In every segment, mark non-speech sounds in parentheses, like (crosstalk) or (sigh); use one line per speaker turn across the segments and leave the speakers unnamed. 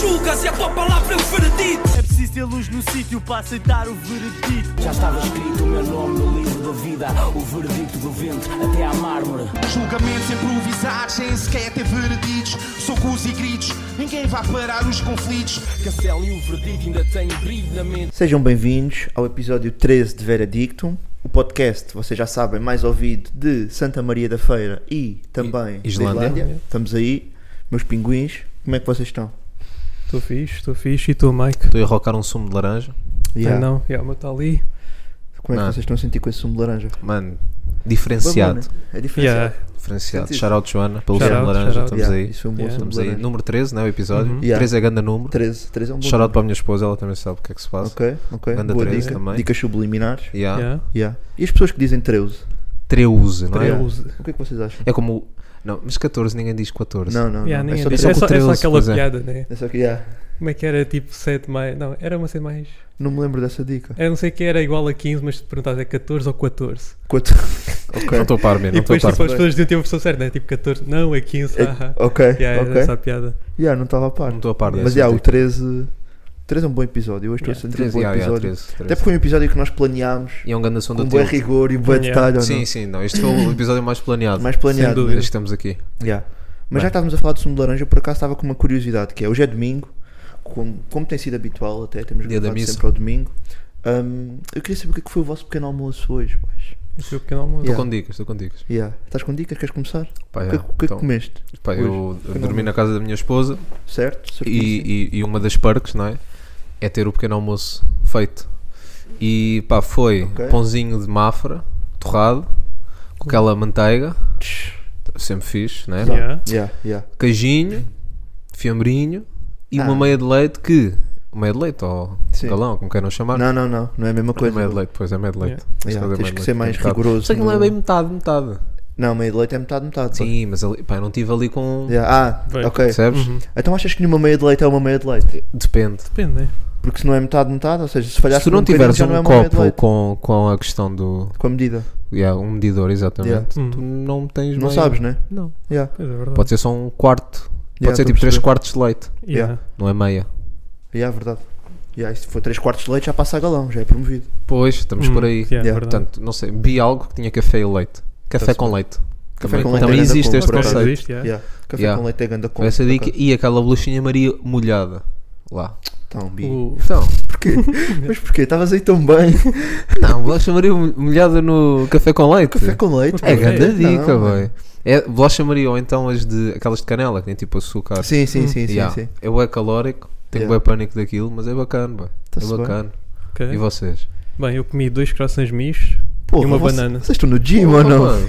julgas e a tua palavra é o veredito.
É preciso ter luz no sítio para aceitar o veredito.
Já estava escrito o meu nome no livro da vida, o veredito do vento até à mármore.
Julgamentos improvisados, sem sequer ter vereditos. Socos e gritos, ninguém vai parar os conflitos.
Castelo e o veredito ainda têm brilho na mente.
Sejam bem-vindos ao episódio 13 de Veredictum. O podcast, vocês já sabem, mais ouvido de Santa Maria da Feira e também da
Islândia.
Islândia. Estamos aí, meus pinguins, como é que vocês estão?
Estou fixe, estou fixe e tu, Mike?
Estou a rocar um sumo de laranja.
Ah, não, yeah, mas está ali.
Como é que
Não.
vocês estão a sentir com esse sumo de laranja?
Mano,
Bom,
diferenciado.
mano, É diferenciado.
Yeah.
Diferenciado.
Sentido.
Shout out Joana pelo
Shout
sumo de
out,
laranja.
shout out.
Estamos
Yeah,
aí.
Isso é um bom
Yeah.
sumo
Estamos
de
aí.
laranja.
Número 13, né? O episódio.
Uhum.
Yeah.
13 é grande número.
13, 13 é um bom
Shout out
número.
para a minha esposa, ela também sabe o que é que se passa.
Ok, ok.
Ganda
Boa
13
dica.
também.
Dicas subliminares.
Yeah.
Yeah.
Yeah. E as pessoas que dizem 13?
13, não é?
Yeah.
13.
O que é que vocês acham?
É como. o- Não, mas 14, ninguém diz 14.
Não, não,
Yeah,
não.
ninguém
é só
diz.
só
é,
com
só, é só
13,
aquela
pois é.
piada, né?
É só que, yeah,
Como é que era tipo 7 mais. Não, era uma 7 mais.
não me lembro dessa dica.
É
Eu não sei que era igual a 15, mas se te perguntas é 14 ou 14.
Quanto? (laughs)
Não
ok,
estou a par, man,
e
não estou a
depois
par.
tipo, as pessoas diziam a pessoa certa, né? Tipo 14, não, é 15.
É-
ah, ah.
ok,
Yeah, era essa
ok.
a piada.
Yeah, não estava a par.
Não estou a par
Mas
dessa,
yeah, o
tipo,
13. 13 é um bom episódio. Hoje estou a sentir um
13,
bom
yeah, yeah,
episódio.
13,
Até
13.
porque foi um episódio que nós planeámos
E é um grande assunto
com um
do
bom
teu.
rigor e um bom
Yeah.
detalhe. ou
Sim,
não?
sim, não. Este foi o episódio mais planeado.
Mais planeado.
dúvida.
Desde que estamos
mesmo.
aqui.
Yeah. Mas
Bem.
já estávamos a falar de sumo de laranja, por acaso estava com uma curiosidade, que é hoje é domingo, como, como tem sido habitual até, temos
Dia da
gravado
missa.
sempre ao domingo. Hum, eu queria saber o que é que foi o vosso pequeno almoço hoje, boys.
Esse foi o pequeno almoço.
Yeah.
Estou com dicas, estou com dicas.
Yeah. Estás com dicas? Queres começar?
Pá,
O que,
yeah,
o que é que
então,
comeste?
pá, eu
Hoje?
dormi na casa da minha esposa
Certo? Certíssimo.
e, e, e uma das perks, não é? É ter o pequeno almoço feito. E pá, foi
Ok.
pãozinho de mafra, torrado, com aquela manteiga, sempre fixe, né?
Yeah.
Yeah, yeah.
Queijinho, fiambrinho e
Ah.
uma meia de leite que. Meia de leite ou
Sim.
galão, como queiram chamar.
Não, não, não, não é a mesma coisa.
meia de leite, pois é, meia de leite. Fazer
Yeah, tens
meia de
que
leite,
ser
tem
mais
metade.
rigoroso
Sei que não é
no-
bem metade, metade.
Não, meia de leite é metade, metade.
Sim, mas ali, pá, eu não estive ali com.
pá. Yeah, Ah,
Bem.
ok.
Percebes?
Uhum.
Então achas que nenhuma meia de leite é uma meia de leite?
Depende.
Depende, né?
Porque se não é metade, metade, ou seja, se falhaste
Se tu não
um bocadinho,
tiveres
já não é
um
uma meia de
copo
leite.
com, com a questão do.
Com a medida.
Yeah, um medidor, exatamente.
Yeah. Uhum.
Tu não tens
Não
bem-
sabes, né?
Não.
Yeah.
Pois é verdade.
Pode ser só um quarto.
Yeah,
Pode ser
estou
tipo 3
a perceber.
quartos de leite.
Yeah. Hum,
Não é meia.
Yeah, verdade. Yeah, e se for 3 quartos de leite já passa a galão, já é promovido.
Pois, estamos
Hum,
por aí.
yeah,
Yeah. é
verdade.
Portanto, não sei. Bi algo que tinha café e leite. Café
Tá-se
com
bem.
leite.
Café
também
com leite
também
é ganda
existe
com,
este
por acaso.
conceito.
Existe, yeah.
Yeah. Café
É? Yeah.
com leite é ganda com.
Essa
por
dica
acaso.
e aquela bolachinha Maria molhada.
(laughs)
Lá.
Então, bi.
O-
Então,
Mas porquê? Estavas aí tão
(laughs)
bem.
não, bolacha Maria molhada no café com leite.
Café com leite.
É
pô.
grande
Não,
dica,
mano.
boy. É bolacha Maria ou então as de aquelas de canela, que tem tipo açúcar.
Sim, sim, sim, sim,
Yeah.
sim.
É bué calórico, tenho
Yeah.
bué pânico daquilo, mas é bacana, boy.
Tá-se
é
bem.
bacana.
Ok.
E vocês?
Bem, eu comi dois croissants mistos.
Porra,
E uma
vocês-
banana.
Vocês estão no gym ou
Opa,
não?
boy,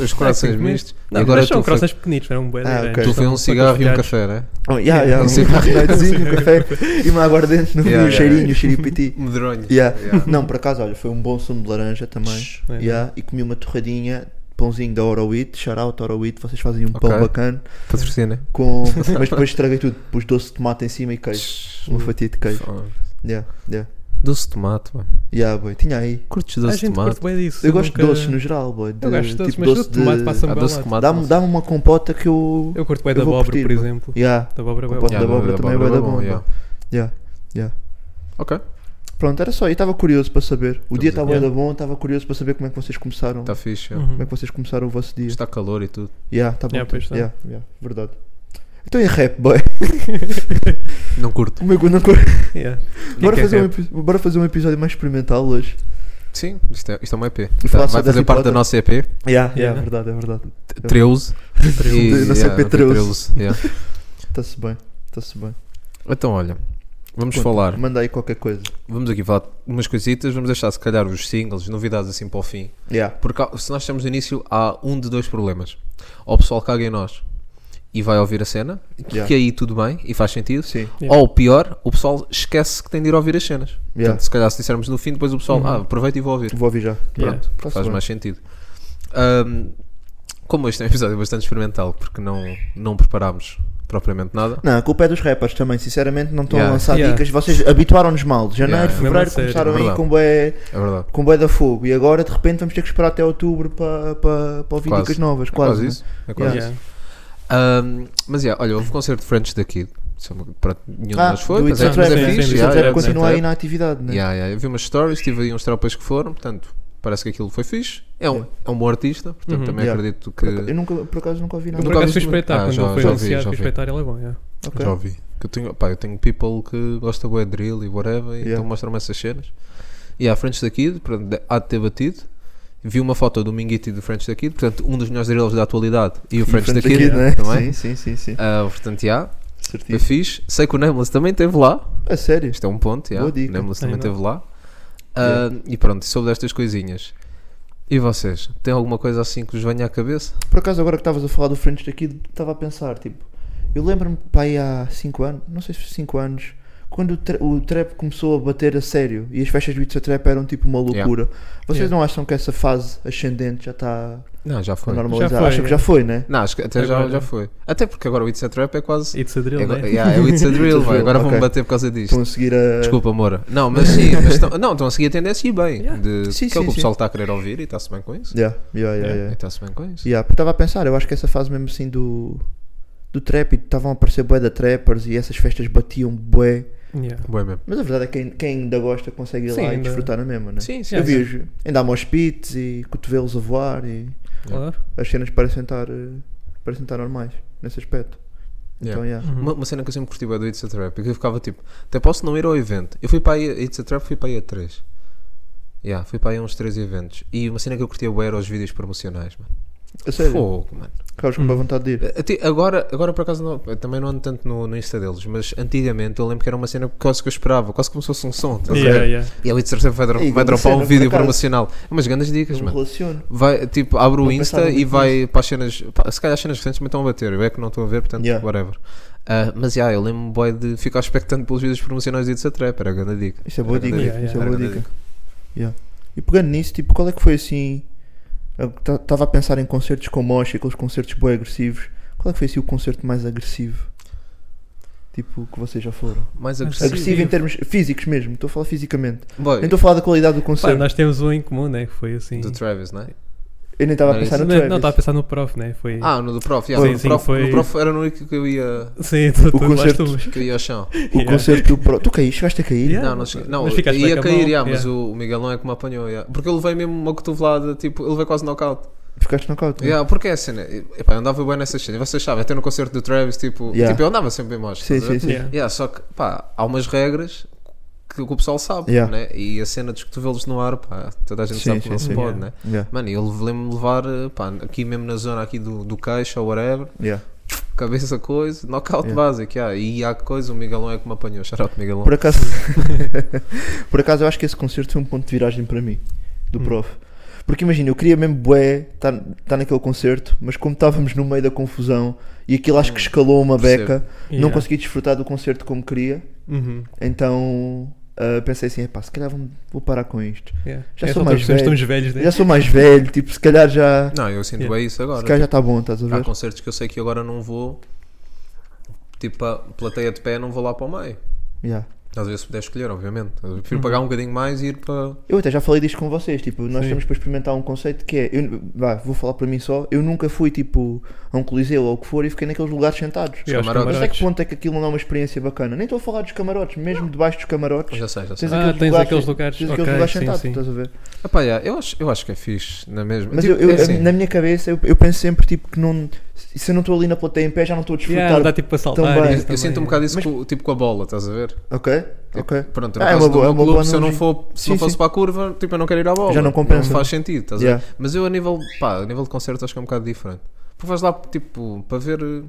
Os corações
sim,
mistos. e
Não,
agora
mas são
tu foi,
croissants pequenitos, eram bué
Ah,
grandes,
ok.
tu foi
estavam
um
só
cigarro e um
castelhanos.
café, né?
Oh, yeah, yeah,
Sim. (laughs)
Um renaitozinho, um café e uma aguardente no
Yeah,
meio, o
yeah.
cheirinho, o xiripiti.
Medronho.
Yeah. Não, por acaso, olha, foi um bom sumo de laranja também.
É.
Yeah, E comi uma torradinha, pãozinho da Oro Wheat, shout out Oro Wheat, vocês fazem um
Ok.
pão bacana.
Patrocina.
(laughs)
Com... Mas depois estraguei tudo, pus doce de tomate em cima e queijo. Uma fatia de queijo. Yeah, yeah.
Doce de tomate, boy.
Yeah, boy. Tinha aí.
Curtes
A
doce de
gente
tomate?
curte bué disso.
Eu gosto de
nunca-
doces no geral, boy. De,
Eu gosto de doces,
tipo
mas
doce
doce de tomate passa-me
Ah,
bem
doce
lá.
de tomate.
Dá-me um
não sei.
dá-me uma compota que eu.
Eu curto bué da
Eu vou
abóbora,
curtir,
por
mano.
exemplo.
Yeah.
Da abóbora bué
Compota
bom.
da abóbora também é bué da bom,
yeah.
Yeah. Yeah.
Ok,
Pronto, era só. Eu estava curioso para saber. O dia
Estamos
estava
a-
ainda bom, estava curioso para saber como é que vocês começaram.
está tá fixe. yeah.
Uhum.
Como é que vocês começaram o vosso dia?
Está calor e tudo.
Yeah, tá bom.
Yeah, pois tá.
yeah, yeah, verdade. Então é rap, boy. (laughs)
Não curto.
O meu não-
(laughs) Yeah.
Bora
que é
fazer, um
rap?
epi- bora fazer um episódio mais experimental hoje.
Sim, isto é, isto é uma EP.
falar
Tá,
só
vai
da
fazer
Harry
parte da
Potter?
nossa EP.
Yeah, yeah,
Yeah.
é verdade, é verdade. (laughs)
13.
De- da CP 13.
yeah.
Está-se bem, está-se bem.
Então, olha, vamos
Conta,
falar.
Manda aí qualquer coisa.
Vamos aqui falar de umas coisitas. Vamos deixar, se calhar, os singles, novidades assim para o fim.
Yeah.
Porque há- se nós estamos no início, há um de dois problemas. Ou o pessoal caga em nós e vai ouvir a cena, que
Yeah.
aí tudo bem e faz sentido.
Sim.
Yeah.
Ou pior, o pessoal esquece que tem de ir ouvir as cenas.
Yeah. Uhum.
Portanto, se calhar, se dissermos no fim, depois o pessoal, ah, aproveita e vou ouvir.
Vou avisar.
Yeah.
Pronto,
Tá-se
faz
bem.
mais sentido. Ahm, como este é um episódio bastante experimental, porque não, não preparámos propriamente nada.
Não, a culpa é dos rappers também, sinceramente não estão
Yeah.
a lançar
Yeah.
dicas, vocês habituaram-nos mal, de janeiro,
Yeah, yeah.
fevereiro
Mesmo a sério.
começaram aí
Verdade.
com bué,
É verdade.
com bué da fogo e agora de repente vamos ter que esperar até outubro para pa, pa ouvir
Quase.
dicas novas,
É
quase, né?
isso. É quase
Yeah.
isso. Ahm, mas yeah, olha, houve um concerto de French da Kid Isso é uma- pronto, nenhum de
Ah,
nós foi,
do
mas é,
It's a
mas
Trap.
é
sim,
O
sim,
fixe.
sim,
It's
yeah,
a Trap
yeah,
continua
é.
aí na atividade, né?
Yeah, yeah. Eu vi umas stories, tive aí uns tropas que foram, portanto, parece que aquilo foi fixe. É um, é um bom artista, portanto,
Uhum.
também
Yeah.
acredito que.
Eu nunca, por acaso nunca ouvi
Eu
nada.
por
nunca
acaso fui
ouvi-
espreitar,
Ah,
quando
já-
ele foi
já ouvi,
anunciado,
já
fui
ouvi.
espreitar, ele é bom, yeah.
Ok.
Já ouvi. Que eu, tenho, pá, eu tenho people que gosta bué de drill e whatever, e
Yeah.
então mostram-me essas cenas. E há French da Kid, pronto, de- há de ter batido. Vi uma foto do Minguito e do French da Kid, portanto, um dos melhores drills da atualidade e o
E
French da
Friends
Kid
Kid, né?
também.
Sim, sim, sim, sim.
Ah, portanto, já, foi
Certíssimo.
fixe. Sei que o Nameless também esteve lá,
A sério?
isto é um ponto, já.
Boa
o
dica.
Nameless
Aí
também
não.
esteve lá. Ah, E pronto, soube destas coisinhas. E vocês, tem alguma coisa assim que vos venha à cabeça?
Por acaso, agora que estavas a falar do French daqui, estava a pensar, tipo, eu lembro-me, pá, aí há 5 anos, não sei se foi 5 anos, quando o, tra- o trap começou a bater a sério e as festas do It's a Trap eram tipo uma
Yeah.
loucura. Vocês
Yeah.
não acham que essa fase ascendente já está
Não, já foi.
normalizada?
Já foi,
Acham que
yeah.
já foi, né?
Não, acho que até já,
Agora-
já foi. Até porque agora o It's a Trap é quase
It's a drill,
É,
né?
go- yeah, é o It's a Drill,
(laughs) It's a
vai,
Drill,
agora vão
ok.
me bater por causa disto.
Estão a seguir a.
Desculpa, Moura. Não, mas sim, mas estão, não, estão a seguir a tendência e bem.
Yeah.
De,
Sim,
que é o que
sim,
o
sim.
pessoal está a querer ouvir e está-se bem com isso.
Yeah, yeah, yeah,
E
yeah.
Está-se bem com isso.
Yeah, porque estava a pensar, eu acho que essa fase mesmo assim do, do trap e estavam a aparecer bué da trappers e essas festas batiam bué.
Yeah.
Bom, é mesmo.
Mas a verdade é que quem, quem ainda gosta consegue ir
Sim,
lá e
ainda-
desfrutar na mesma, né?
Sim, sim.
Eu
Yeah,
vi, os- ainda há mospits e cotovelos a voar e
Claro.
as cenas parecem estar, eh, parecem estar normais nesse aspecto. Então, yeah.
Uhum.
Uma, uma cena que eu sempre curti bué do It's a Trap, é que eu ficava tipo, até posso não ir ao evento. Eu fui para aí, a It's a Trap, fui para aí a 3. Yeah, fui para aí a uns 3 eventos. E uma cena que eu curtia bué era os vídeos promocionais, mano.
A sério,
Fogo, Uhum. É, mano.
acabas com boa vontade de ir.
Até agora, agora por acaso não- eu também não ando tanto no, no Insta deles, mas antigamente eu lembro que era uma cena quase que eu esperava, quase como se fosse um som. estás a ver?
Yeah, yeah.
E é a Litzer sempre vai, dro-
Ei, grande
vai dropar
cena,
um vídeo
por acaso.
promocional. É umas grandes dicas,
Eu me
mano.
relaciono.
Vai, tipo, abre o
Não pensava
Insta e
muito
vai para as cenas. pá, se calhar as cenas recentes me estão a bater. Eu é que não estou a ver, portanto,
Yeah.
whatever. Ah, mas já, eu lembro-me boy, de ficar expectante pelos vídeos promocionais de It's a Trap. Era a grande dica.
Isso é boa
Era
dica,
grande
yeah,
isso é
Era
boa
grande
dica. E pegando nisso, tipo, qual é que foi assim? Estava a pensar em concertos com mocha, aqueles concertos bem agressivos. Qual é que foi assim o concerto mais agressivo? Tipo, que vocês já foram.
Mais agressivo.
Agressivo.
Agressivo Então- em termos físicos mesmo, estou a falar fisicamente.
Boy,
Eu estou a falar da qualidade do
Pá,
concerto.
nós temos um em comum, né? Que foi assim.
do Travis, não é?
Eu nem estava a
Não,
pensar
isso
no
Não, é-
Travis.
não, estava a pensar no prof, né? Foi.
Ah, no do Prof. Yeah,
Sim,
no,
sim,
prof
foi-
no Prof era no único que eu ia,
Sim, tu, tu
concerto.
lá estavas.
que eu ia ao chão.
O
Yeah.
concerto do Pro. Tu caíste, chegaste a cair?
Yeah.
Não, não, cheguei- não
Mas
eu
ficaste bem
ia
com a
cair,
mão,
yeah, mas
yeah.
o, o Miguelão é que me apanhou. yeah. Porque eu levei mesmo uma cotovelada, tipo, eu levei quase knockout.
Ficaste knockout. né?
Yeah, porque é a cena. Epá, eu andava bem nessas cenas. Vocês sabem, até no concerto do Travis, tipo,
Yeah.
tipo eu andava sempre em mostra.
Sim,
estás a
sim,
ver?
sim.
Yeah.
Yeah, só que, pá, há umas regras que, que o pessoal sabe,
Yeah.
né? E a cena dos cotovelos no ar, pá, toda a gente
Sim,
sabe que
sim,
não se
sim.
pode,
Yeah.
né?
Yeah.
Mano, eu lembro-me de levar, eh, pá, aqui mesmo na zona aqui do, do queixo ou whatever,
Yeah.
cabeça, coisa, knockout
Yeah.
básico, yeah. e há coisa, o Miguelão é que me apanhou, xarope Miguelão. (laughs)
Por acaso, por acaso eu acho que esse concerto foi um ponto de viragem para mim,
Hum.
do prof. Porque imagina, eu queria mesmo bué estar naquele concerto, mas como estávamos no meio da confusão e aquilo acho que escalou uma
Hum, percebo.
beca, não
Yeah.
consegui desfrutar do concerto como queria,
Uhum.
então ah, pensei assim, epá, se calhar vou, vou parar com isto.
Yeah.
Já
É,
sou
só
mais
todos somos
velho.
tão velhos, né?
Já sou mais velho, tipo, se calhar já,
Não, eu sinto
Yeah.
bem isso agora. tipo, tá
se calhar já está bom, estás a
Há
ver?
concertos que eu sei que agora não vou, tipo, a plateia de pé, não vou lá para o meio.
Yeah.
Às vezes se puder escolher, obviamente. Eu prefiro pagar um bocadinho mais e ir para.
Eu até já falei disto com vocês, tipo, nós
Sim.
temos para experimentar um conceito que é, eu, vá, vou falar para mim só, eu nunca fui tipo a um coliseu ou o que for e fiquei naqueles lugares sentados.
Yeah, os
Camarotes.
Mas até que
camarotes.
ponto é que aquilo não é uma experiência bacana? Nem estou a falar dos camarotes, mesmo debaixo dos camarotes.
Já sei, já sei.
Tens
Ah,
aqueles
tens aqueles
lugares,
lugares.
tens aqueles
Ok,
lugares
sim,
sentados,
sim.
estás a ver?
Epá, yeah, eu, acho, eu acho que é fixe, na mesma.
Mas
Tipo,
eu, eu-
é assim,
na minha cabeça, eu, eu penso sempre tipo que não. Se eu não estou ali na plateia em pé, já não estou a desfrutar.
Yeah, dá tipo a saltar.
Também.
e
eu,
isso também,
sinto um bocado isso com, tipo com a bola, estás a ver?
Ok,
Tipo,
ok.
Pronto, no
Ah, é
caso
uma
do
boa- é
meu
uma
clube,
boa
se eu não,
analogia.
for, se
Sim,
não fosse
sim.
para a curva, tipo, eu não quero ir à bola.
Já não compensa.
faz sentido, estás
Yeah.
a ver? Mas eu a nível. Pá, a nível de concerto acho que é um bocado diferente. Porque vais lá, tipo, para ver. eh,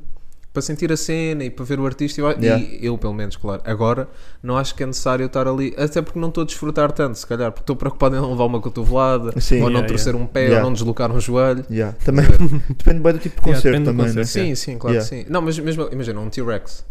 Para sentir a cena e para ver o artista, e, vai-
Yeah.
e eu, pelo menos, claro, agora não acho que é necessário estar ali, até porque não estou a desfrutar tanto, se calhar, porque estou preocupado em não levar uma cotovelada,
Sim.
ou não
Yeah,
torcer um pé, ou
Yeah.
não deslocar um joelho.
Yeah, Também (laughs) depende bem do tipo de
Yeah,
concerto
depende do
também,
concerto.
Sim, sim, claro
Yeah.
que sim. Não, mas mesmo, imagina, um T-Rex.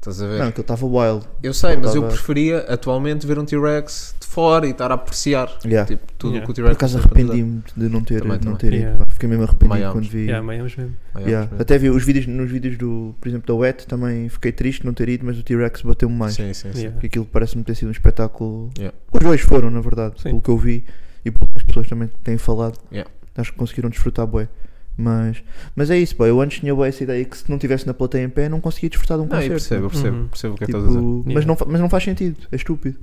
Estás a ver?
né? Não, que eu estava wild.
eu sei, mas eu
tava-
preferia atualmente ver um T-Rex de fora e estar a apreciar
Yeah.
tipo, tudo
Yeah.
o que o
Por
T-Rex.
acaso
nos pode dar.
arrependi-me de não ter,
Também, também.
não ter ido.
Yeah.
pá. Fiquei mesmo arrependido
Miami.
quando vi.
Yeah, Miami mesmo.
Ah,
Yeah.
yeah,
Até vi os vídeos, nos vídeos do, por exemplo, da Wet também fiquei triste de não ter ido, mas o T-Rex bateu-me mais.
Sim, sim, sim.
Yeah.
Porque aquilo parece-me ter sido um espetáculo.
Yeah.
Os dois foram, na verdade,
Sim.
pelo que eu vi e pelo que as pessoas também têm falado.
Yeah.
Acho que conseguiram desfrutar bué. Mas, mas é isso, pá. Eu antes tinha bué essa ideia que se não estivesse na plateia em pé não conseguia desfrutar de um
Não, eu
concerto.
percebo, eu percebo,
Uhum.
percebo o que é que
Tipo,
estás a dizer.
mas,
Yeah.
não, fa- mas não faz sentido, é estúpido.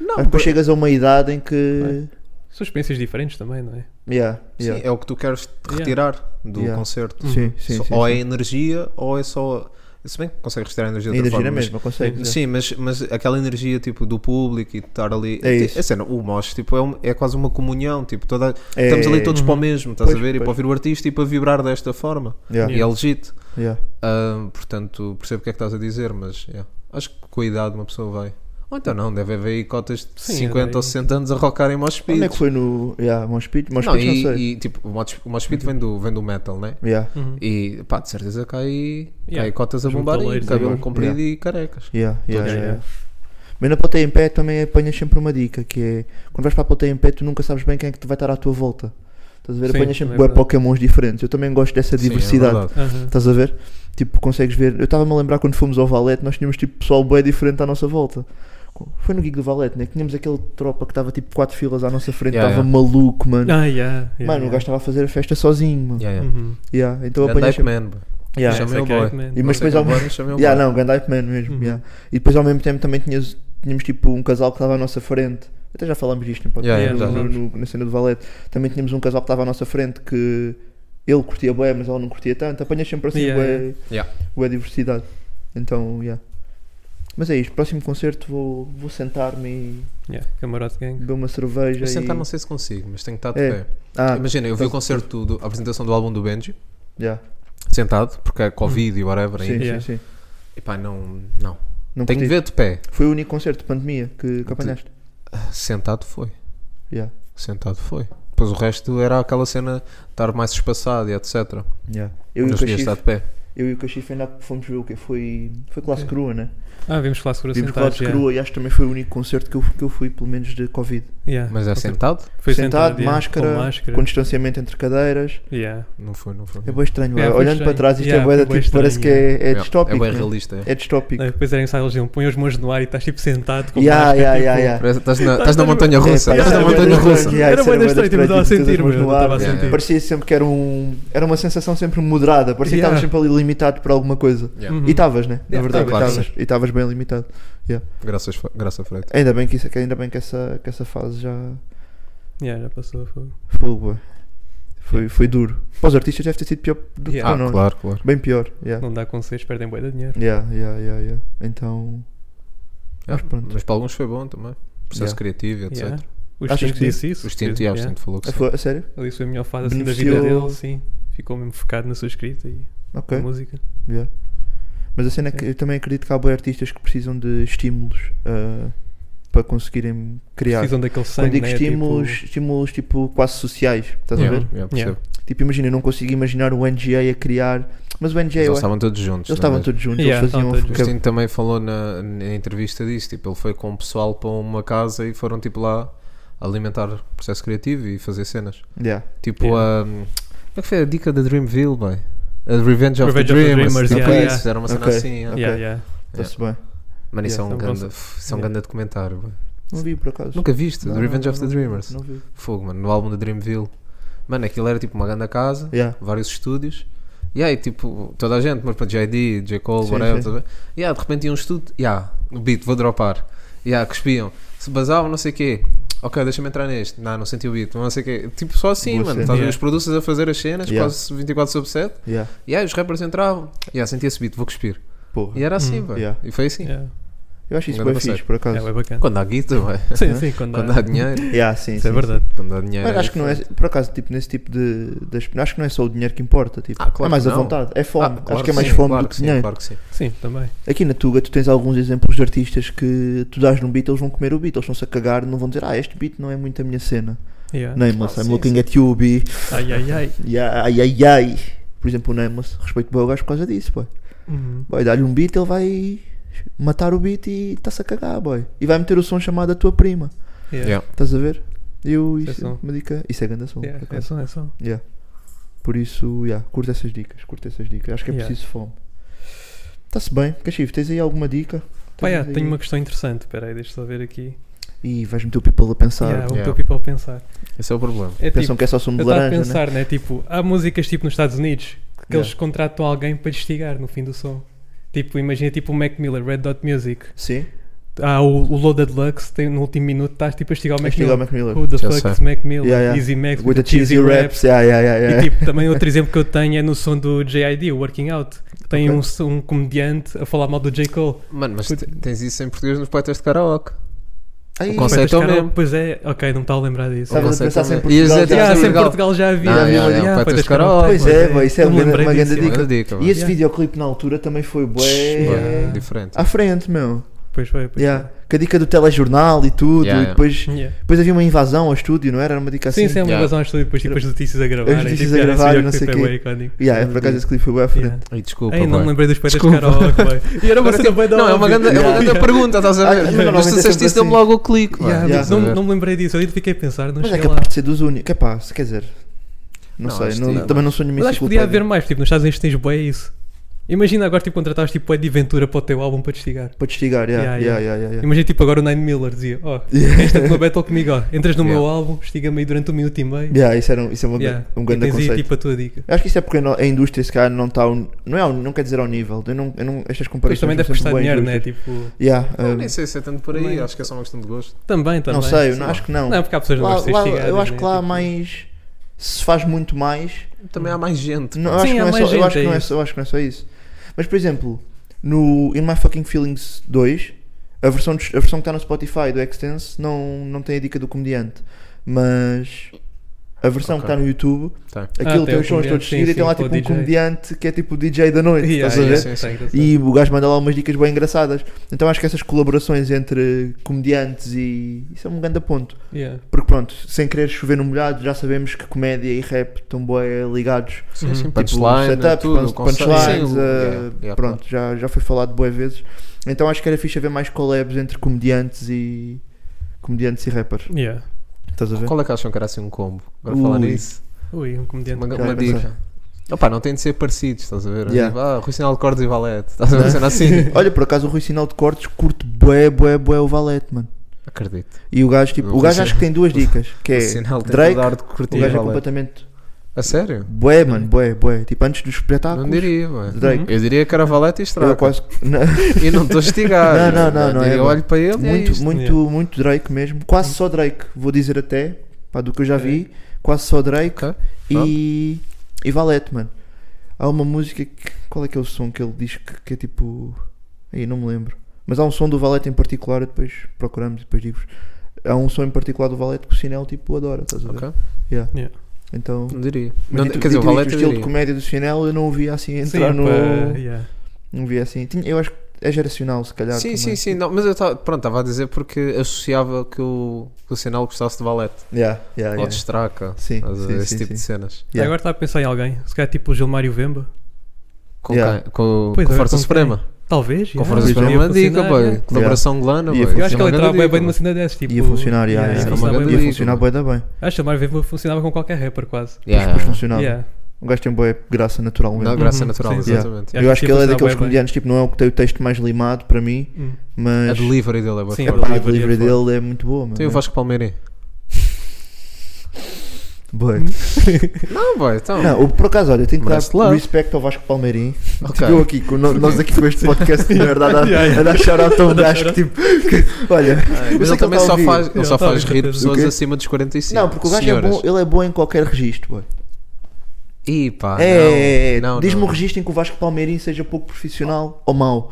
Não,
Mas depois chegas a uma idade em que.
São experiências diferentes também, não é?
Yeah,
Sim,
yeah.
é o que tu queres te
Yeah.
retirar do
Yeah.
concerto.
Uhum.
Sim, sim,
Só-
sim,
ou é
sim.
energia ou é só. Se bem que consegues retirar a energia
A
de outra
energia
forma,
é
mas-
mesmo, consegue.
Sim, mas, mas aquela energia tipo do público e de estar ali.
É isso.
a cena, o mosh tipo, é, um- é quase uma comunhão. Tipo, toda,
É,
estamos ali todos para o mesmo, estás
Pois,
a ver? E
pois.
para ouvir o artista e para vibrar desta forma.
Yeah,
E é legítimo.
yeah.
Ah, portanto, percebo o que é que estás a dizer, mas yeah, acho que com a idade uma pessoa vai. Ou então não, deve haver aí cotas de
Sim,
50 ou
era aí.
60 anos a rockarem mosh pits.
é Onde é que foi no. Yeah, Mospit?
não,
Mospit não,
e,
sei.
e, tipo, o mosh, o mosh pit vem do, vem do metal, né?
Yeah,
E pá, de certeza cai, cai
Yeah.
cotas a
Os
bombar e
metaleiros
cabelo
agora.
comprido e carecas.
yeah, yeah,
Todos,
yeah,
né?
yeah. Mas na plateia em pé também apanhas sempre uma dica que é quando vais para a plateia em pé tu nunca sabes bem quem é que te vai estar à tua volta. Estás a ver?
Sim,
apanhas sempre
é
bué
verdade.
pokémons diferentes. Eu também gosto dessa
Sim, é
diversidade.
verdade.
Aham.
Estás a ver? Tipo, consegues ver. Eu estava-me a lembrar quando fomos ao Valete, nós tínhamos tipo pessoal bem diferente à nossa volta. Foi no gig do Valete, né? Que tínhamos aquele tropa que estava tipo quatro filas à nossa frente, estava
Yeah,
maluco,
Uhum.
mano.
Ah, yeah, yeah,
mano, o gajo
yeah.
estava a fazer a festa sozinho, mano.
Yeah, yeah.
Uhum.
Yeah. Então
Ganda
apanhas.
hype
sempre-
man, bro.
Yeah.
Chama- Chamei
Essa
o é boy.
Kate, man.
E- mas
Não sei
depois
como
algum-
bora, chamei um
Yeah,
bora.
não, Ganda Hype Man mesmo.
Uhum.
yeah. E depois ao mesmo tempo também tinhas, tínhamos tipo um casal que estava à nossa frente. Até já falámos disto no podcast,
Yeah,
yeah,
no-
já.
no- no- na cena do Valete. Também tínhamos um casal que estava à nossa frente que ele curtia bué, mas ela não curtia tanto. Apanhas sempre assim
Yeah,
bué,
yeah.
bué diversidade. Então, yeah. Mas é isto, próximo concerto vou, vou sentar-me
Yeah, Camarote
e
Gang.
beber uma cerveja.
Mas sentar
e...
não sei se consigo, mas tenho que estar de
É.
pé.
Ah,
Imagina, eu vi o
tá-
concerto, do, a apresentação do álbum do Benji,
yeah.
sentado, porque é Covid e whatever.
Hum. sim,
ainda.
Yeah.
sim, sim.
E pá, não. não.
Não
Tenho que
curti.
ver de pé.
Foi o único concerto de pandemia que, que apanhaste.
Sentado foi.
Yeah,
Sentado foi. Depois o resto era aquela cena de estar mais espaçado e etc.
yeah.
Eu
Eu, e o
não podia
Cachif,
estar de pé.
eu e o Cachif ainda fomos ver o quê? Foi, foi classe crua, né?
Ah, vimos falar sobre a
Vimos
sentada,
Classe crua e acho que também foi o único concerto que eu, que eu fui, pelo menos de Covid.
yeah. Yeah.
Mas é
Ok.
sentado?
Foi
Sentado,
yeah,
máscara,
com máscara.
com distanciamento entre cadeiras.
Yeah.
Não foi, não foi.
É bem estranho,
É,
olha.
foi
olhando
estranho.
para trás isto
Yeah,
é bué
foi
da
bem
tipo, parece que
estranho,
é, é
Yeah, É
distópico.
bem
né?
realista. é.
É distópico.
Ah, Depois era em sala, eles põem os mãos no ar e estás tipo sentado com
Yeah,
máscara.
yeah,
tipo,
yeah, yeah.
Parece- Estás
(laughs)
na, estás na montanha russa.
É,
Estás na
é,
montanha
é,
russa.
é, Era
isso
bué
bué
estranho, tipo, dava a
tipo,
sentir,
todas as
meu,
mãos no
dava
ar.
a
Yeah,
sentir.
Parecia sempre que era um. Era uma sensação sempre moderada. Parecia
Yeah.
que estavas sempre ali limitado por alguma coisa.
Yeah.
Uhum.
E estavas, né? Na
Yeah,
verdade,
claro,
estavas. E estavas bem limitado.
Graças, graças a Freud.
Ainda bem que, isso, ainda bem que, essa, que essa fase já.
Yeah, já passou. fogo.
Fogo, bué. Foi, foi duro. Para os artistas deve ter sido pior do que
Yeah.
para
Ah,
nós.
claro, claro.
Bem pior. Yeah.
Não dá conselhos, perdem bué de dinheiro.
Yeah, yeah, yeah, yeah. Então.
Yeah,
Mas pronto.
Mas para alguns foi bom também. Processo
Yeah.
criativo, etc.
Yeah. O
Achas
Stinks
que sim?
disse isso.
O Instinto
que-
e
yeah.
Abstinto falou que
A
sim.
É fo- a sério?
Ele disse a melhor fase assim, da vida
Beneficiou-
dele, sim. Ficou mesmo focado na sua escrita e
Ok.
na música.
Yeah. Mas a cena é que
Sim.
eu também acredito que há boi artistas que precisam de estímulos ah, para conseguirem criar.
Precisam daquele sangue,
Quando digo
né?
estímulos,
Tipo,
estímulos tipo quase sociais, estás a ver?
Yeah, yeah,
Yeah.
percebo.
Tipo, imagina, eu não consigo imaginar o NGA a criar, mas o NGA,
Eles
eu-
estavam todos juntos.
é, eles estavam
não é mesmo?
todos juntos,
Yeah,
eles faziam
estavam
O
todos
ca-
Cristinho também falou na, na entrevista disso. Tipo, ele foi com o pessoal para uma casa e foram tipo lá alimentar o processo criativo e fazer cenas.
Yeah.
Tipo,
Yeah.
a. como é que foi a dica da Dreamville, boy? A Revenge of
Revenge of
the
the
Dreamers.
Dreamers,
tipo
yeah,
isso,
yeah.
fizeram uma cena
Ok.
assim. yeah.
Ok.
tipo yeah, yeah.
Está-se bem.
Mano, isso é um
Yeah.
grande, isso é um
Yeah.
grande documentário. boy.
Não vi por acaso.
Nunca viste?
Não,
the Revenge
não,
of the
não,
Dreamers.
Não vi.
Fogo, mano, no álbum da Dreamville. Mano, aquilo era tipo uma grande casa.
Yeah.
vários estúdios. E aí, tipo, toda a gente, mas para JD, J. Cole,
Sim,
whatever.
sim.
tudo bem. E aí, de repente, iam um estúdio, e aí, o beat, vou dropar. E aí, cuspiam, se basavam, não sei o quê. Ok, deixa-me entrar neste. Não, não senti o beat, não sei o quê. Tipo, só assim,
Boa
mano.
cena.
Estás a ver
Yeah.
os producers a fazer as cenas,
Yeah.
quase 24 sobre 7.
Yeah.
E aí, os rappers entravam, e aí, senti esse beat, vou cuspir.
Porra.
E era assim,
Hum.
velho.
Yeah.
E foi assim.
Yeah.
Eu acho isso
Agora
bem
passei.
fixe, por acaso.
Yeah, é bacana.
Quando há guita, velho.
Sim, sim, quando
Quando há
dá.
dinheiro.
Yeah, sim,
Isso é
sim,
verdade.
Quando há dinheiro.
Mas acho que não é, por acaso, tipo, nesse tipo de, das- acho que não é só o dinheiro que importa, tipo,
Ah, claro
é mais
que
a
não.
vontade, é
Ah,
fome,
claro
acho que é mais
sim,
fome
claro
do
que
que
sim,
dinheiro.
Claro que sim.
Sim, também.
Aqui na Tuga tu tens alguns exemplos de artistas que tu dás num beat, eles vão comer o beat, eles vão-se a cagar, não vão dizer, ah, este beat não é muito a minha cena.
Yeah.
Nameless,
Ah,
I'm
sim,
looking at you, B.
Ai, ai, ai.
Yeah, ai, ai, ai. Por exemplo, o Nameless, respeito bem o gajo por causa disso, boy.
Uhum.
Boy, dá-lhe um beat, ele vai matar o beat e está-se a cagar, boy. E vai meter o som chamado a tua prima,
Yeah.
estás a ver? Eu,
Isso é
isso, é
som.
uma dica, isso é grande som,
Yeah,
por
É
acaso.
só, é só.
Yeah. Por isso, yeah, curto essas dicas, curto essas dicas. Acho que é
Yeah.
preciso fome. Está-se bem, Cachif, tens aí alguma dica?
Pá,
Tens
yeah,
aí-
tenho uma questão interessante. Espera aí, deixa eu só ver aqui.
e vais meter o people a pensar.
Yeah, o
Yeah.
teu people pensar.
Esse é o problema.
É
Pensam
tipo,
que é só sumo
eu
de
estava a
laranja, né?
pensar, né? Tipo, há músicas tipo nos Estados Unidos que eles
Yeah.
contratam alguém para estigar no fim do som. Tipo, imagina tipo o Mac Miller, Red Dot Music.
Sim,
Há o, o Loaded Lux, tem, no último minuto estás tipo a estigar o Mac
aquilo é o
Miller.
Mac Miller.
Who the
Já
fuck
sei.
is Mac Miller?
Yeah, yeah.
Easy Mac
With the cheesy raps, yeah, yeah, yeah. yeah.
E tipo, também outro exemplo que eu tenho é no som do J.I.D., o Working Out. Tem
Ok.
um, som- um comediante a falar mal do J. Cole.
Mano, mas
Puto.
te- tens isso em português nos poetas de karaoke.
Ai,
o conceito é o
Poetas
mesmo.
Pois é, ok, não me estava a lembrar disso.
Estavas a
conceito
pensar
é o
sempre
mesmo. Ias
Portugal,
dizer,
Yeah, sem
Estavas a-
Portugal.
Portugal já havia.
Não,
Ah,
mas,
yeah, yeah,
yeah,
poetas
poetas
de karaoke.
karaoke,
Pois é,
mas
boy, isso é
não me
uma grande-
lembrei
uma
disso.
grande dica.
Grande dica, mano.
E esse
Yeah.
videoclipe na altura também foi bué
Bué,
Yeah.
Diferente.
à frente, meu.
Pois foi, pois
Yeah. Com a dica do telejornal e
Yeah,
tudo. e
yeah.
depois,
foi. Yeah.
depois havia uma invasão ao estúdio, não era? Era uma dica assim.
Sim, sim, é uma
Yeah.
invasão ao estúdio, depois tipo as notícias a gravar. Tipo,
notícias a
assim
gravar e não sei quê. Yeah, é, por acaso esse clipe foi bué à frente.
Ai, desculpa,
Ei, não me
bué.
lembrei dos poetas de
Desculpa.
karaoke, boy. E era uma
Agora,
cena
tipo,
bem da
Não, é uma
óbvia.
grande, é uma
assim, Yeah.
grande pergunta, estás a
Ah,
ver? Mas
normalmente
tu
é
disseste
sempre
isso, deu-me
assim.
logo o clique. mano.
Yeah,
Yeah.
mas Não
Estás a ver?
não me lembrei disso, eu fiquei a pensar, não
Mas é
cheguei lá.
capaz de ser dos únicos. É pá, se quer dizer. Não,
Não,
sei,
acho
não-
que-
também não sou nenhuma
Mas acho que podia haver
enciclopédia.
mais, tipo, nos Estados Unidos tens bué isso. Imagina agora, tipo, contratares tipo Eddie Ventura para o teu álbum para testigar.
Para testigar, yeah,
Yeah,
yeah, yeah, yeah, yeah.
Imagina, tipo, agora o Nine Miller dizia, ó,
Yeah.
esta tua
(laughs)
battle comigo, ó, entras no
Yeah.
meu álbum, estiga-me aí durante um minuto e meio.
Yeah, isso, era um, isso é uma-
Yeah.
um
e
grande
tens aí,
conceito.
tipo, a tua dica.
Eu acho que isso é porque não- a indústria, se calhar, não está. ao- Não, é, ao- não quer dizer ao nível. Eu não, eu não, estas
Depois
comparações.
também
não
deve
são
custar
bem
dinheiro, né?
justas.
Tipo,
Yeah,
Não,
um,
nem sei se é tanto por aí,
Também.
acho que é só uma questão de gosto.
também, também.
não sei, eu não-
lá.
acho que não.
Não, porque há pessoas que não
Lá-
gostam de
lá-
estigar.
eu acho
né?
que lá há
Tipo, (laughs)
mais. Se faz muito mais.
Também há mais gente.
Não, eu
Sim,
acho que
há
não
mais
é só- eu
gente,
acho que
é
não é
isso.
só- eu acho que não é só isso. Mas, por exemplo, no In My Fucking Feelings 2, a versão, dos- a versão que está no Spotify do Extense não, não tem a dica do comediante. Mas a versão
Ok.
que está no YouTube,
Tá.
aquilo
Ah, tem
tem
o
os sons
comediante,
todos
sim,
seguidos e
sim,
tem lá
com o
tipo
DJ.
um comediante que é tipo o DJ da noite.
Yeah,
estás a ver?
yeah,
ver?
sim, sim, sim.
E o gajo manda lá umas dicas bem engraçadas. Então acho que essas colaborações entre comediantes e. Isso é um grande ponto.
Yeah.
Porque pronto, sem querer chover no molhado, já sabemos que comédia e rap estão bem ligados
Sim, sim,
Uhum.
punchline,
Tipo, setup,
tudo,
punch-
conceito.
punchlines,
Sim, o-
eh,
yeah, yeah,
pronto, já, já foi falado boas vezes. Então acho que era fixe haver mais collabs entre comediantes e comediantes e rappers.
Yeah.
Estás a ver?
Qual é que acham que era assim um combo? Agora falar
Ui.
nisso.
Ui, um comediante.
Uma,
Já
uma
vai pensar.
dica. Opa, não tem de ser parecidos, estás a ver?
Yeah.
Tipo, ah, Rui Sinal de Cordes e Valete. Estás a ver? Sendo
(laughs)
assim.
Olha, por acaso o Rui Sinal de Cortes curte bué, bué, bué o Valete, mano.
Acredito.
E o gajo, tipo,
O
o gajo
Rui
acho que tem duas dicas, que
O
é
Sinal tem toda a
Drake,
arte de
o
curtir
gajo é
Valete.
completamente
A sério?
bué, mano, bué, bué. Tipo, antes dos
Não
espetáculos,
diria, mano.
Drake.
Eu diria que era Valete e
eu
Estraga.
quase...
E não estou a estigar.
(laughs) Não, não, não, não é,
Diria, Eu
mano.
olho para ele e é
muito,
isto.
muito, muito Drake mesmo. Quase só Drake, vou dizer até, pá, do que eu já vi. Quase só Drake
Ok.
e, e Valete, mano. Há uma música que. Qual é que é o som que ele diz que, que é tipo. Aí, não me lembro. Mas há um som do Valete em particular, eu depois procuramos e depois digo-vos. Há um som em particular do Valete que o Sinel tipo adora, estás a ver?
Ok.
Yeah.
Yeah.
Então.
Não diria.
mas
Não-
dito-
Quer dizer, o
dito isto,
Valete
o
eu
estilo de
diria. é.
comédia do Sinel eu não o via assim
Sim,
entrar no.
pá, yeah.
Não via assim. Tinha- Eu acho que é geracional, se calhar.
Sim,
também.
sim, sim. Não, mas eu tava- pronto, estava a dizer porque associava que o, que o sinal gostasse de valete.
Yeah, yeah,
Ou
yeah.
de estraca.
Ah, é. Sim,
estás a ver,
sim,
esse
sim,
tipo
sim.
de cenas.
Yeah.
Agora está a pensar em alguém, se calhar tipo o Gilmário Vemba.
Com,
Yeah.
quem? com,
Pois
com
é,
Força
com quem?
Suprema.
Talvez.
Com Força
yeah,
pois é.
Suprema é
podia
uma dica,
funcionar,
boy.
yeah.
Colaboração Glana,
Ia
boy.
Eu acho que
Uma
ele entrava
grande
bem
dica,
bem numa cena dessas, tipo...
Ia funcionar, yeah,
yeah,
yeah,
isso é
yeah.
uma
Ia
grande
funcionar
liga.
bué da bem.
Acho que o Gilmário Vemba funcionava com qualquer rapper quase.
Yeah,
Depois
yeah.
funcionava.
Yeah.
Um gajo tem boa graça né? naturalmente.
Não,
(laughs)
graça
Uhum,
natural,
sim, sim.
exatamente.
Yeah.
Eu acho que
Tipo,
ele é
sei lá,
daqueles
bué bem.
comediantes, tipo, não é o que tem o texto mais limado para mim,
Hum.
A
mas
delivery dele é boa. Então
Sim,
é
a
pá, a
delivery
delivery
é foda.
dele é muito boa, mano.
Tem o Vasco Palmeirim.
Bué.
Não, boy, então.
Não, o- por acaso, olha, eu tenho que dar
Mas love.
respeito ao Vasco Palmeirim.
Ok.
Tipo, eu aqui, com- no- nós aqui com este podcast de merda, a dar-
Yeah, yeah.
a dar shout-out a um gajo que, tipo, (laughs) que- olha,
Mas
eu sei
ele
que ele
também
tá a
só
ouvir.
faz, ele
Ele
só
tá a
faz
ouvir,
rir
certeza.
pessoas
O quê?
acima dos 45.
não, porque o gajo é
senhoras.
bom, ele é bom em qualquer registro, bué.
Ih, pá.
é, é, é,
Ah, não, não,
diz-me
não.
um registro em que o Vasco Palmeirim seja pouco profissional ou mau.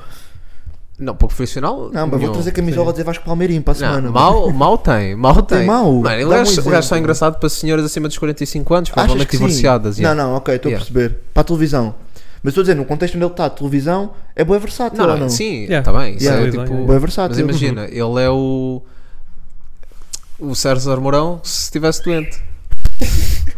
Não, pouco profissional.
Não, mas vou
nenhum.
trazer camisola a dizer Vasco Palmeirim para a semana.
Não,
mano.
mal, mal tem, mal tem.
Tem mal?
Mano, ele
Dá-me um
gajo- o gajo só
exemplo.
é engraçado para senhoras acima dos 45 anos,
Achas
provavelmente
que sim?
divorciadas.
Não,
yeah.
não, ok, estou
Yeah.
a perceber. Para a televisão. Mas estou a dizer, no contexto onde ele está, a televisão é boa versátil
Não,
ou não?
sim, está
Yeah.
bem. Isso
Yeah.
é tipo.
Boa
Boa
Mas
versátil.
imagina, ele é o. O César Mourão se estivesse doente.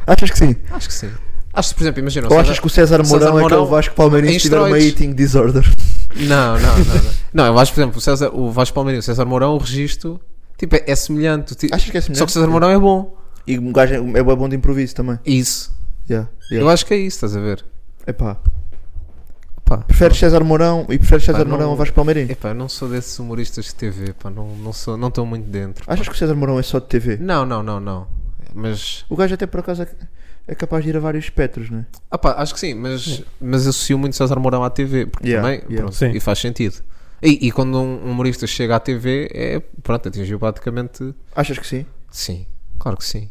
Achas que sim?
Acho que sim. Acho que, por exemplo, imagina. o
Ou
César-
achas que o César
César
Mourão é
Mourão
aquele Vasco Palmeirense
em
que tiver uma
esteroides. (laughs)
eating disorder?
Não, não, não. Não, não eu acho, por exemplo, o, César, o Vasco Palmeirinho, o César Mourão, o registro, tipo, é, é semelhante. Ti-
Achas que é semelhante?
Só que o César Mourão é bom.
E um gajo é, é bué bom de improviso também.
Isso.
Yeah,
Eu
yeah.
acho que é isso, estás a ver?
Epá.
Pá,
Preferes César Mourão e preferes César
Pá, não- É-
Mourão a Vasco Palmeirinho?
Epá, eu não sou desses humoristas de TV, pá, não não sou, não estou muito dentro.
Achas que o César Mourão é só de TV?
Não, não, não, não. Mas,
O gajo até por acaso é- é capaz de ir a vários espectros, não é?
ah pá, acho que sim, mas, mas associo muito César Mourão à TV, porque
Yeah,
também,
yeah.
pronto,
Sim.
e faz sentido. E, e quando um humorista chega à TV, é, pronto, atingiu praticamente,
Achas que sim?
sim, claro que sim.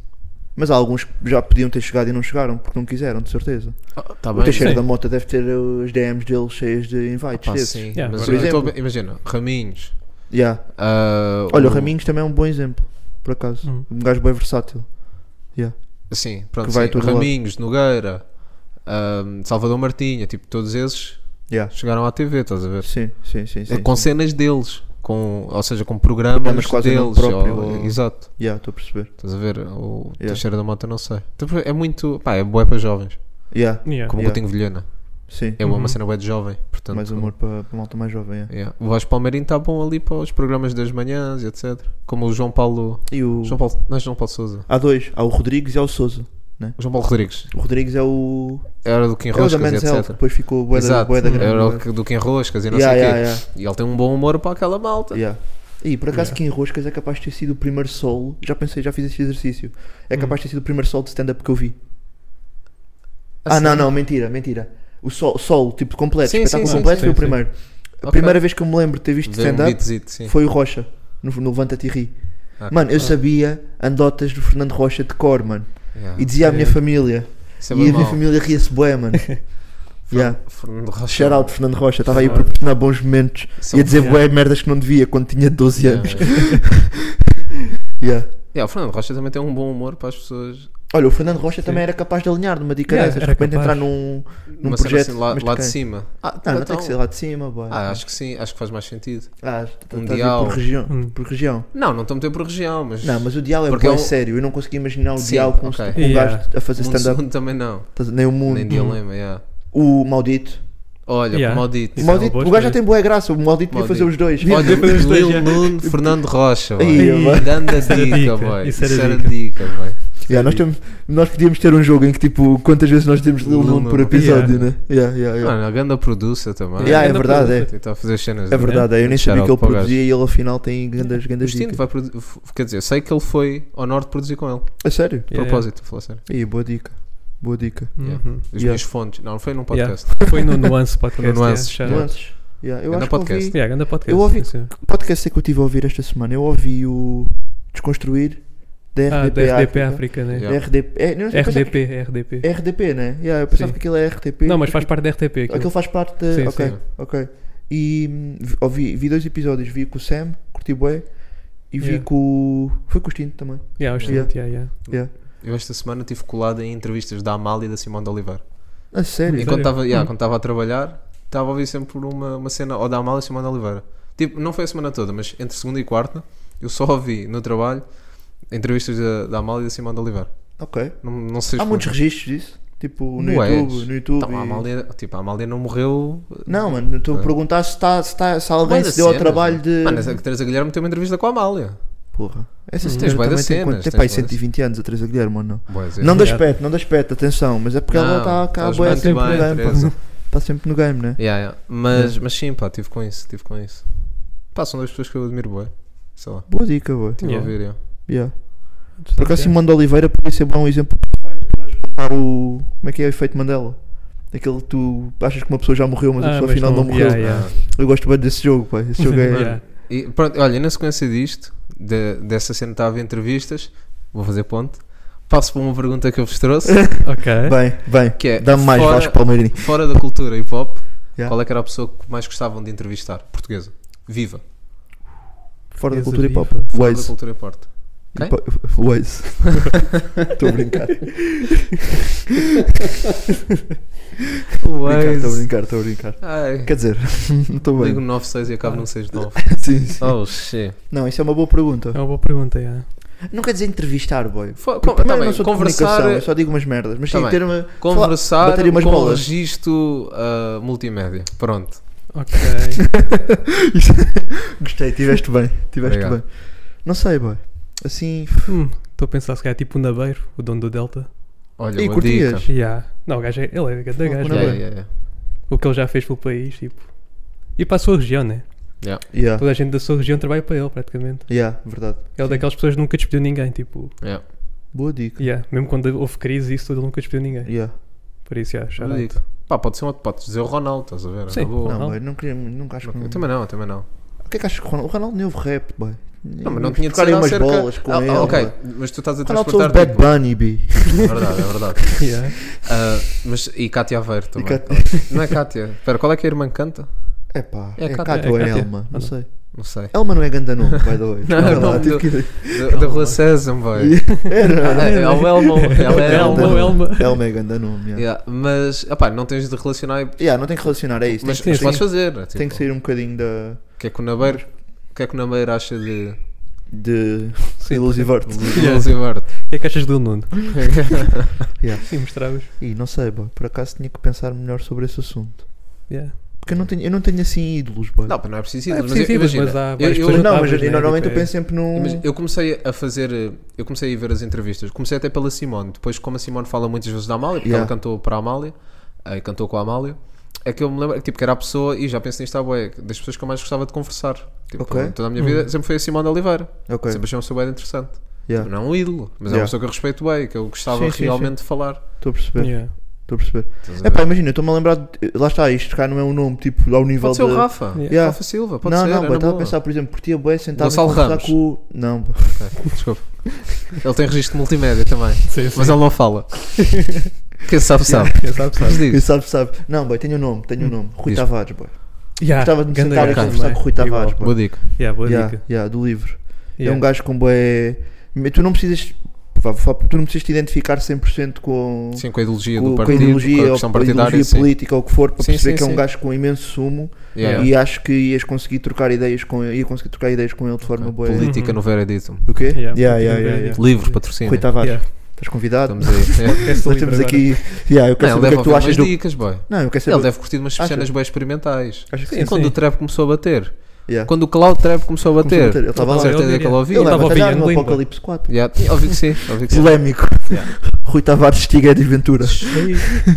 Mas há alguns que já podiam ter chegado e não chegaram, porque não quiseram, de certeza.
Ah, tá
o Teixeira
sim.
da Mota deve ter os DMs dele cheios de invites
Pá,
desses.
sim,
Yeah,
mas
por
eu tô-
exemplo.
imagina, Raminhos.
Yeah.
ah,
Olha, o Raminhos também é um bom exemplo, por acaso.
Hum.
Um gajo bem versátil.
Sim, pronto,
que vai
sim.
todo lado.
Raminhos, Nogueira, ah, Salvador Martinha, tipo, todos esses
Yeah.
chegaram à TV, estás a ver?
Sim, sim, sim. sim,
É com
sim.
cenas deles, com, ou seja, com programas,
Programas quase a nome
deles.
próprio,
ou-
ou-
Exato,
Yeah, estou a perceber.
estás a ver? O
Yeah.
Teixeira da Mota, não sei. Então, É muito. Pá, é boé para jovens.
Yeah.
Yeah.
Como o
Yeah.
Coutinho Vilhena.
Sim,
É
Uhum.
uma cena boé de jovem. Portanto,
mais amor para para malta mais jovem. é.
yeah. O Vasco Palmeirinho está bom ali para os programas das manhãs, etc. Como o João Paulo.
E o...
João Paulo não é João Paulo Souza.
Há dois, há o Rodrigues e há o Souza.
O João Paulo Rodrigues.
O Rodrigues é o.
Era do Kim
É o da
Roscas,
Men's
e
Health,
etc.
depois ficou o Boeda
Exato,
Boeda Grande. né?
era o
bué.
que- do Kim Roscas e não
Yeah,
sei o quê.
yeah, yeah,
E ele tem um bom humor para aquela malta.
yeah. E por acaso, Kim Roscas é capaz de ter sido o primeiro solo. Já pensei, já fiz este exercício. É
Hum.
capaz de ter sido o primeiro solo de stand-up que eu vi. Ah, não, não, mentira, mentira. O sol, solo, tipo completo,
Sim,
espetáculo
sim, sim,
completo,
sim,
foi o
sim.
primeiro. A
Ok.
primeira vez que eu me lembro de ter visto
Vê um
stand-up
beatzito, sim.
foi o Rocha, no, no Levanta-te e Ri.
Ah,
Mano, eu sabia andotas do Fernando Rocha de cor, mano.
Yeah.
E dizia à minha família.
Ah, Isso é
e
bem
a minha
mau.
família ria-se
(laughs)
bué, mano. (laughs) yeah.
Fernando Rocha.
Shout out Fernando Rocha, estava aí a proporcionar bons momentos
São-
e a dizer bué merdas que não devia quando tinha 12
Yeah.
anos. Yeah.
(laughs) Yeah, o Fernando Rocha também tem um bom humor para as pessoas.
Olha, o Fernando Rocha também era capaz de alinhar numa dica
Yeah,
dessas, de
era
repente
capaz.
entrar num, num
Uma cena
projeto.
assim, lá,
mas
lá de
quem?
cima. Ah,
Não, não
então-
tem que ser lá de cima, boy.
Ah, acho que sim, acho que faz mais sentido.
Ah, tá- tá-
Um
tá a ver
dial.
por região.
Hum.
Por região.
Não, não estou a meter por região, mas.
Não, mas o dial é
Porque é
bué
um-
sério. Eu não consegui imaginar o
Sim,
dial com,
ok.
com um
Yeah.
gajo a fazer
Mundo
stand-up.
Segundo também não.
Estás a- Nem o mundo.
Nem dilema, yeah.
O maldito.
Olha,
Yeah.
maldito.
O,
Isso é
maldito.
uma boa
o gajo já
escolha.
tem boa graça. O maldito devia
Maldito.
fazer os dois.
Olha,
fazer os dois,
Lil
yeah.
Nuno, Fernando Rocha, boy.
Ia,
Ei,
boy.
Grande
Isso era
dica,
dica,
boy.
isso era
Isso era
dica.
dica, boy.
Yeah, nós, temos, nós podíamos ter um jogo em que, tipo, quantas vezes nós dizemos Lil
Lil
Nuno por
Nuno.
episódio,
Yeah.
né? Yeah, yeah, yeah.
Mano, a ganda producer também.
Yeah, é
Ganda
verdade, é.
producer.
Tentar fazer as cenas.
É verdade, é. eu nem
Ah, Shout
sabia
out
que ele
para o gajo.
produzia e ele afinal tem grandes, grandes
Justino
dicas.
vai produ- f- Quer dizer, sei que ele foi ao norte produzir com ele.
É sério?
De propósito, vou falar sério.
Ih, boa dica. Boa dica.
Yeah.
Uhum.
Os
Yeah.
meus fontes. Não, foi num podcast.
Foi no
(laughs)
Nuance Podcast.
No Nuance,
Yeah, shout out.
Nuances. Yeah, eu
Ganda
acho que
É podcast.
ouvi...
Yeah, ganda podcast.
Eu ouvi-
sim.
Podcast que eu estive a ouvir esta semana, eu ouvi o Desconstruir da
Ah,
RDP
da RDP
África.
África, né?
Yeah.
RDP, é, eu não sei, eu pensava
RDP, RDP.
que- RDP, né? Yeah, eu pensava
Sim.
que aquilo é RTP.
Não, mas faz parte da RTP aquilo.
Aquilo faz parte da...
Sim,
ok,
sim.
ok. E hum, vi- ouvi, vi dois episódios, vi com o Sam, curti bué, e vi
Yeah.
com... o- Foi com o Stino também.
Yeah, o estudante, yeah, yeah.
Yeah.
Eu esta semana estive colado em entrevistas da Amália e da Simone de Oliveira.
A sério?
Enquanto
Sério? Hum.
estava yeah, quando estava a trabalhar, estava a ouvir sempre uma, uma cena ou da Amália e Simone de Oliveira. Tipo, não foi a semana toda, mas entre segunda e quarta, eu só ouvi no trabalho entrevistas da, da Amália e da Simone de Oliveira.
Ok.
Não, não sei
Há
se
muitos registros disso? Tipo, no
Não és.
YouTube, no YouTube.
Então, a
e-
Amália, tipo, a Amália não morreu.
Não, mano, eu estou a
Ah.
perguntar se, tá, se, tá, se alguém
Bué
se
de
deu ao
cenas,
trabalho
mano.
de.
Mano, a Teresa Guilherme tem uma entrevista com a Amália.
Porra. Essa
Hum.
senhora
Tens bué de
também tem quanto
cenas,
tempo?
tens
Aí
bué de-
120 anos, a Teresa Guilherme, ou não?
Boas,
não da
Yeah.
aspecto, não da aspecto, atenção, mas é porque ela está cá,
estás
bué,
muito
sempre no
tá bem,
game,
Teresa.
pá. Está sempre no game, né?
Yeah, yeah. Mas, mas sim, pá, tive com isso, tive com isso. Pá, são duas pessoas que eu admiro, bué. Sei lá,
Boa dica, boa.
tive
Yeah.
a ouvir, yeah.
Yeah.
Tá
Por acaso, Simão de Oliveira podia ser bom exemplo perfeito para explicar o. Como é que é o efeito Mandela? Aquele que tu achas que uma pessoa já morreu, mas a
Ah,
pessoa
mas
afinal não morreu.
yeah, yeah.
Eu gosto bem desse jogo, pá. Esse jogo é.
Yeah.
E pronto, olha, na sequência disto, de- dessa cena estava em entrevistas, vou fazer ponte, passo para uma pergunta que eu vos
(laughs)
trouxe,
Ok.
Bem, bem.
que é
Dá-me mais
fora,
Vasco Palmeirinho.
fora da cultura hip hop,
Yeah.
qual é que era a pessoa que mais gostavam de entrevistar? Portuguesa. Viva.
Fora da
Essa
cultura hip hop.
viva.
Fora da
Waze.
cultura hip
(laughs)
hop. Quem?
Pá,
(laughs)
Waze. Estou a brincar. Estou a brincar, estou a brincar.
Ai,
Quer dizer, (laughs) não estou
digo
bem.
96 e acabo num 69.
(laughs) Sim, sim.
Oh, shit.
Não, isso é uma boa pergunta.
É uma boa pergunta, yeah.
Não quer dizer entrevistar, boy.
Fo-
Porque
com-
primeiro
tá bem,
eu não sou de
conversar,
comunicação, eu só digo umas merdas. Mas
Tá
sim,
bem.
ter uma. (laughs)
conversar
bater umas
com
bolas.
registro ah, multimédia. Pronto.
(laughs)
Ok.
Gostei, tiveste bem. Tiveste
Obrigado.
bem. Não sei, boy. Assim.
Hum, Estou a pensar se calhar é tipo um nabeiro, o dono do Delta.
Olha,
E
uma
curtias?
dica.
Yeah. Não, o gajo é. Ele é grande gajo.
Fogo na
Yeah,
mano.
Nabeiro.
yeah, yeah.
o que ele já fez pelo país, tipo. E para a sua região, né?
Yeah,
Toda a gente da sua região trabalha para ele, praticamente.
yeah, verdade.
Ele é daquelas pessoas que nunca despediu ninguém, tipo.
Yeah.
Boa dica.
Yeah, mesmo quando houve crise e isso tudo, ele nunca despediu ninguém.
Yeah.
Por isso, yeah, shout
Olha
out.
aí. Pá, pode ser um outro, pode dizer o Ronaldo, estás a ver?
Sim.
Na boa.
Não,
Ronaldo?
boy, não queria, nunca acho que.
Eu
não-
também não, eu também não.
O que é que achas que o Ronaldo? O Ronaldo nem houve rap, boy.
Não, mas não tinha de ser
Trocarem umas
acerca-
bolas com
Ah,
ele.
Ok,
boy.
mas tu estás a
O Ronaldo sou o
transportar. tipo-
Bad Bunny, bi.
É verdade, é verdade.
(laughs) Yeah.
Ah, mas, e Cátia Aveiro também.
Cátia.
Não é Cátia? Espera, qual é que a irmã que canta?
É pá,
É
é
Cátia,
Cátia ou
é
é
Cátia.
Elma? Não sei.
Não sei.
Elma não é ganda nome, by the way.
(laughs) Não,
Olha
não,
lá,
não.
tive que-
Da, da Rua Sésamo, vai.
(laughs) Era.
É o Elmo. Ela é
Elmo,
Elmo.
Elmo.
Elma é ganda nome, yeah.
Yeah, mas, opá, não tens de relacionar.
Yeah, não tem que relacionar, é isso.
Mas,
tem,
mas
que-
podes fazer. né?
tem
Tipo,
que sair um bocadinho da.
O que é que o Nabeiro, o que é que o Nabeiro acha de
de.
Sim.
de Lusivert.
Yeah.
Luz e Verde?
O que é que achas do Nuno?
Yeah.
Sim, mostravas.
E não sei, boy, por acaso tinha que pensar melhor sobre esse assunto.
Yeah.
Porque eu não tenho, eu não tenho assim ídolos, boy.
Não, pá, não é preciso
É
ir. mas
preciso ir,
imagina,
mas há
eu-
várias
eu-
pessoas
Mas não, mas
notáveis, né?
normalmente eu
Tipo, é-
penso sempre num.
Mas eu comecei a fazer, eh, eu comecei a ver as entrevistas. Comecei até pela Simone. Depois, como a Simone fala muitas vezes da Amália, porque
Yeah.
ela cantou para a Amália, eh, cantou com a Amália, é que eu me lembro que, tipo, que era a pessoa, e já pensei nisto à boia, das pessoas que eu mais gostava de conversar. Tipo,
Ok. Uhum.
Toda a minha vida sempre foi a Simone Oliveira.
Ok,
Sempre achei um uma pessoa bem interessante.
yeah,
Não é um ídolo, mas é uma
Yeah.
pessoa que eu respeito bem, que eu gostava
Sim, sim,
realmente de falar.
estou a perceber.
Yeah.
Estou a perceber.
Estás a
É pá,
ver?
imagina, eu estou-me a lembrar. de- Lá está, isto cá não é um nome tipo ao nível
pode ser o
de-
Rafa,
Yeah.
Rafa Silva, pode
não,
ser.
não,
é
boy,
na
estava a
boa.
pensar, por exemplo, curtia bué sentado
Gonçalo
a conversar
Ramos.
com o... Não, boy.
Ok, Desculpa. Ele tem registro multimédia também,
Sim, sim.
mas ele não
(laughs)
fala. Quem sabe,
tá.
sabe.
(laughs) Quem sabe, sabe.
Mas diz.
Quem (laughs) sabe, sabe. Não, boy, tenho um nome, tenho um nome. Rui
Diz.
Tavares, boy.
Yeah,
Gostava de me
Ah, ganda
sentar e
gajo
conversar
também.
com o Rui Tavares,
Igual.
pô.
Boa dica.
Yeah, boa
Yeah,
dica.
yeah, do livro. É
Yeah.
um gajo com bué... Tu não precisas... vá, vá, Tu não precisas te identificar 100% com...
Sim, com a ideologia
Com,
do
com a
partido,
ideologia,
com a
ou
questão
com a
partidária.
ideologia
Sim.
política ou o que for, para
Sim,
perceber
sim,
que é
sim.
um gajo com imenso sumo
Yeah.
e acho que ias conseguir trocar ideias com ele, ia conseguir trocar ideias com ele de forma boa. Uhum.
Política no veredito.
O quê?
Yeah,
yeah,
política
yeah,
no
yeah,
veredito.
yeah.
Livros, patrocínio.
Rui Tavares,
Yeah.
estás convidado? (laughs)
Estamos aí. É.
Esse
Nós
livro
temos
agora.
aqui. Yeah,
Não, ele
eu quero saber o que é
deve
que tu
ouvir umas
achas do.
dicas, boy.
Não, eu quero saber.
Ele deve curtir umas
Achas?
cenas bem experimentais.
Acho que
Sim,
sim.
Quando
sim.
o trap começou a bater,
Yeah.
quando o Cloud Trap começou a
Começou a
bater,
bater, ele estava
com
lá.
certeza que ele
Ele
ouvia.
Ele vai
tava a
batalhar
ouvir
no
em língua.
Apocalipse 4.
Yeah, Óbvio que sim, óbvio que sim.
Polémico. (laughs) Rui Tavares, Tiga de Ventura.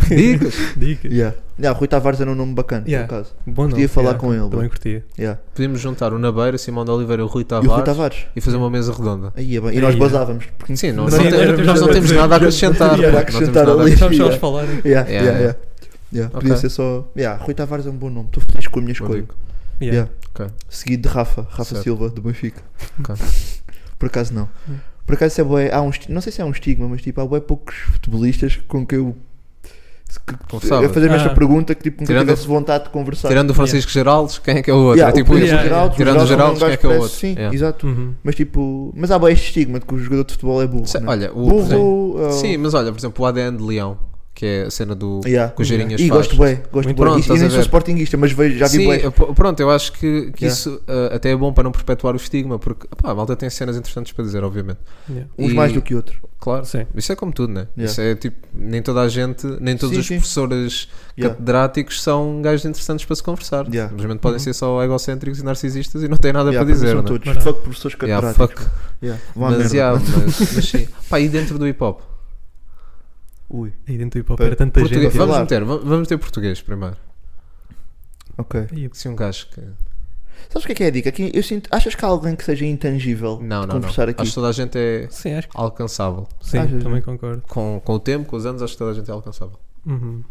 Dicas.
Dicas.
Yeah. Yeah, Rui Tavares era um nome bacana,
Yeah.
por acaso.
Bom
Podia
nome,
falar
yeah.
com ele,
Também
bem.
curtia.
Yeah.
Podíamos juntar o Nabeira, Simão de Oliveira, o Rui
E o Rui
Tavares
Tavares?
e fazer uma mesa redonda.
Aí é bem. E nós
Aí é.
basávamos. porque-
Sim, não-
Nós
não
Sim,
tem-
era-
nós não temos
(laughs)
nada a acrescentar.
Era
não
acrescentar
temos nada a
ali.
Deixámos só
(laughs) Yeah.
eles falarem.
Yeah,
Yeah, yeah,
yeah.
yeah. Yeah, Podia
É, Ok.
ser só. Yeah, Rui Tavares é um bom nome, estou feliz com a minha escolha.
dica.
Yeah.
Ok.
Seguido de Rafa, Rafa
Certo.
Silva, do Benfica.
Ok.
(laughs) Por acaso não. Por acaso isso é bué, há um, esti- não sei se é um estigma, mas tipo, há bué poucos futebolistas com que eu
Conversava.
a fazer-me
Ah.
esta pergunta que tipo, nunca
Tirando-
tivesse vontade de conversar.
Tirando o Francisco Geraldes, quem é que é o outro?
Yeah,
é tipo
o
isso.
yeah,
Geraldo, o
Tirando o
Geraldo
Geraldes, quem é que é o
parece-
outro?
Sim,
Yeah.
exato.
Uhum.
Mas tipo, mas há bué este estigma de que o jogador de futebol é burro.
Se-
né?
Olha, o, sim.
burro. ah,
Sim, mas olha, por exemplo, o ADN de Leão, que é a cena do
eh, Yeah.
que o Geirinhas
E
faz.
gosto bem, gosto
Muito
bué.
pronto,
E-
estás
e
a
nem sou
ver.
sportinguista, mas vejo, já vi
Sim,
bué.
eh, p- pronto, eu acho que, que
Yeah.
isso eh, até é bom para não perpetuar o estigma, porque pá, a malta tem cenas interessantes para dizer, obviamente.
Yeah.
uns
e-
mais do que outros.
Claro,
Sim.
isso é como tudo, né?
Yeah.
Isso é tipo, nem toda a gente, nem todos
Sim,
os
sim.
professores
Yeah.
catedráticos são gajos interessantes para se conversar.
Yeah. Uhum.
Simplesmente podem ser só egocêntricos e narcisistas e não têm nada
Yeah,
para dizer,
são
né?
todos.
Mas-
Fuck professores
Yeah,
catedráticos.
fuck.
Yeah, vão à
Mas,
merda.
yeah, mas, mas sim. Pá, e dentro do hip hop?
(laughs) Ui,
Aí dentro do hip hop
Pera,
era tanta
Português.
gente.
Vamos
Vamos
falar.
meter, va- vamos meter português primeiro.
ok.
Aí,
Se um gajo que.
Sabes o que é que é a dica? Que eu sinto, achas que há alguém que seja
Não,
intangível de
não, não.
conversar aqui?
Acho que toda a gente é
Sim, acho que
alcançável.
sim,
Achas,
também
né?
concordo.
Com, com o tempo, com os anos, acho que toda a gente é alcançável.
Uhum.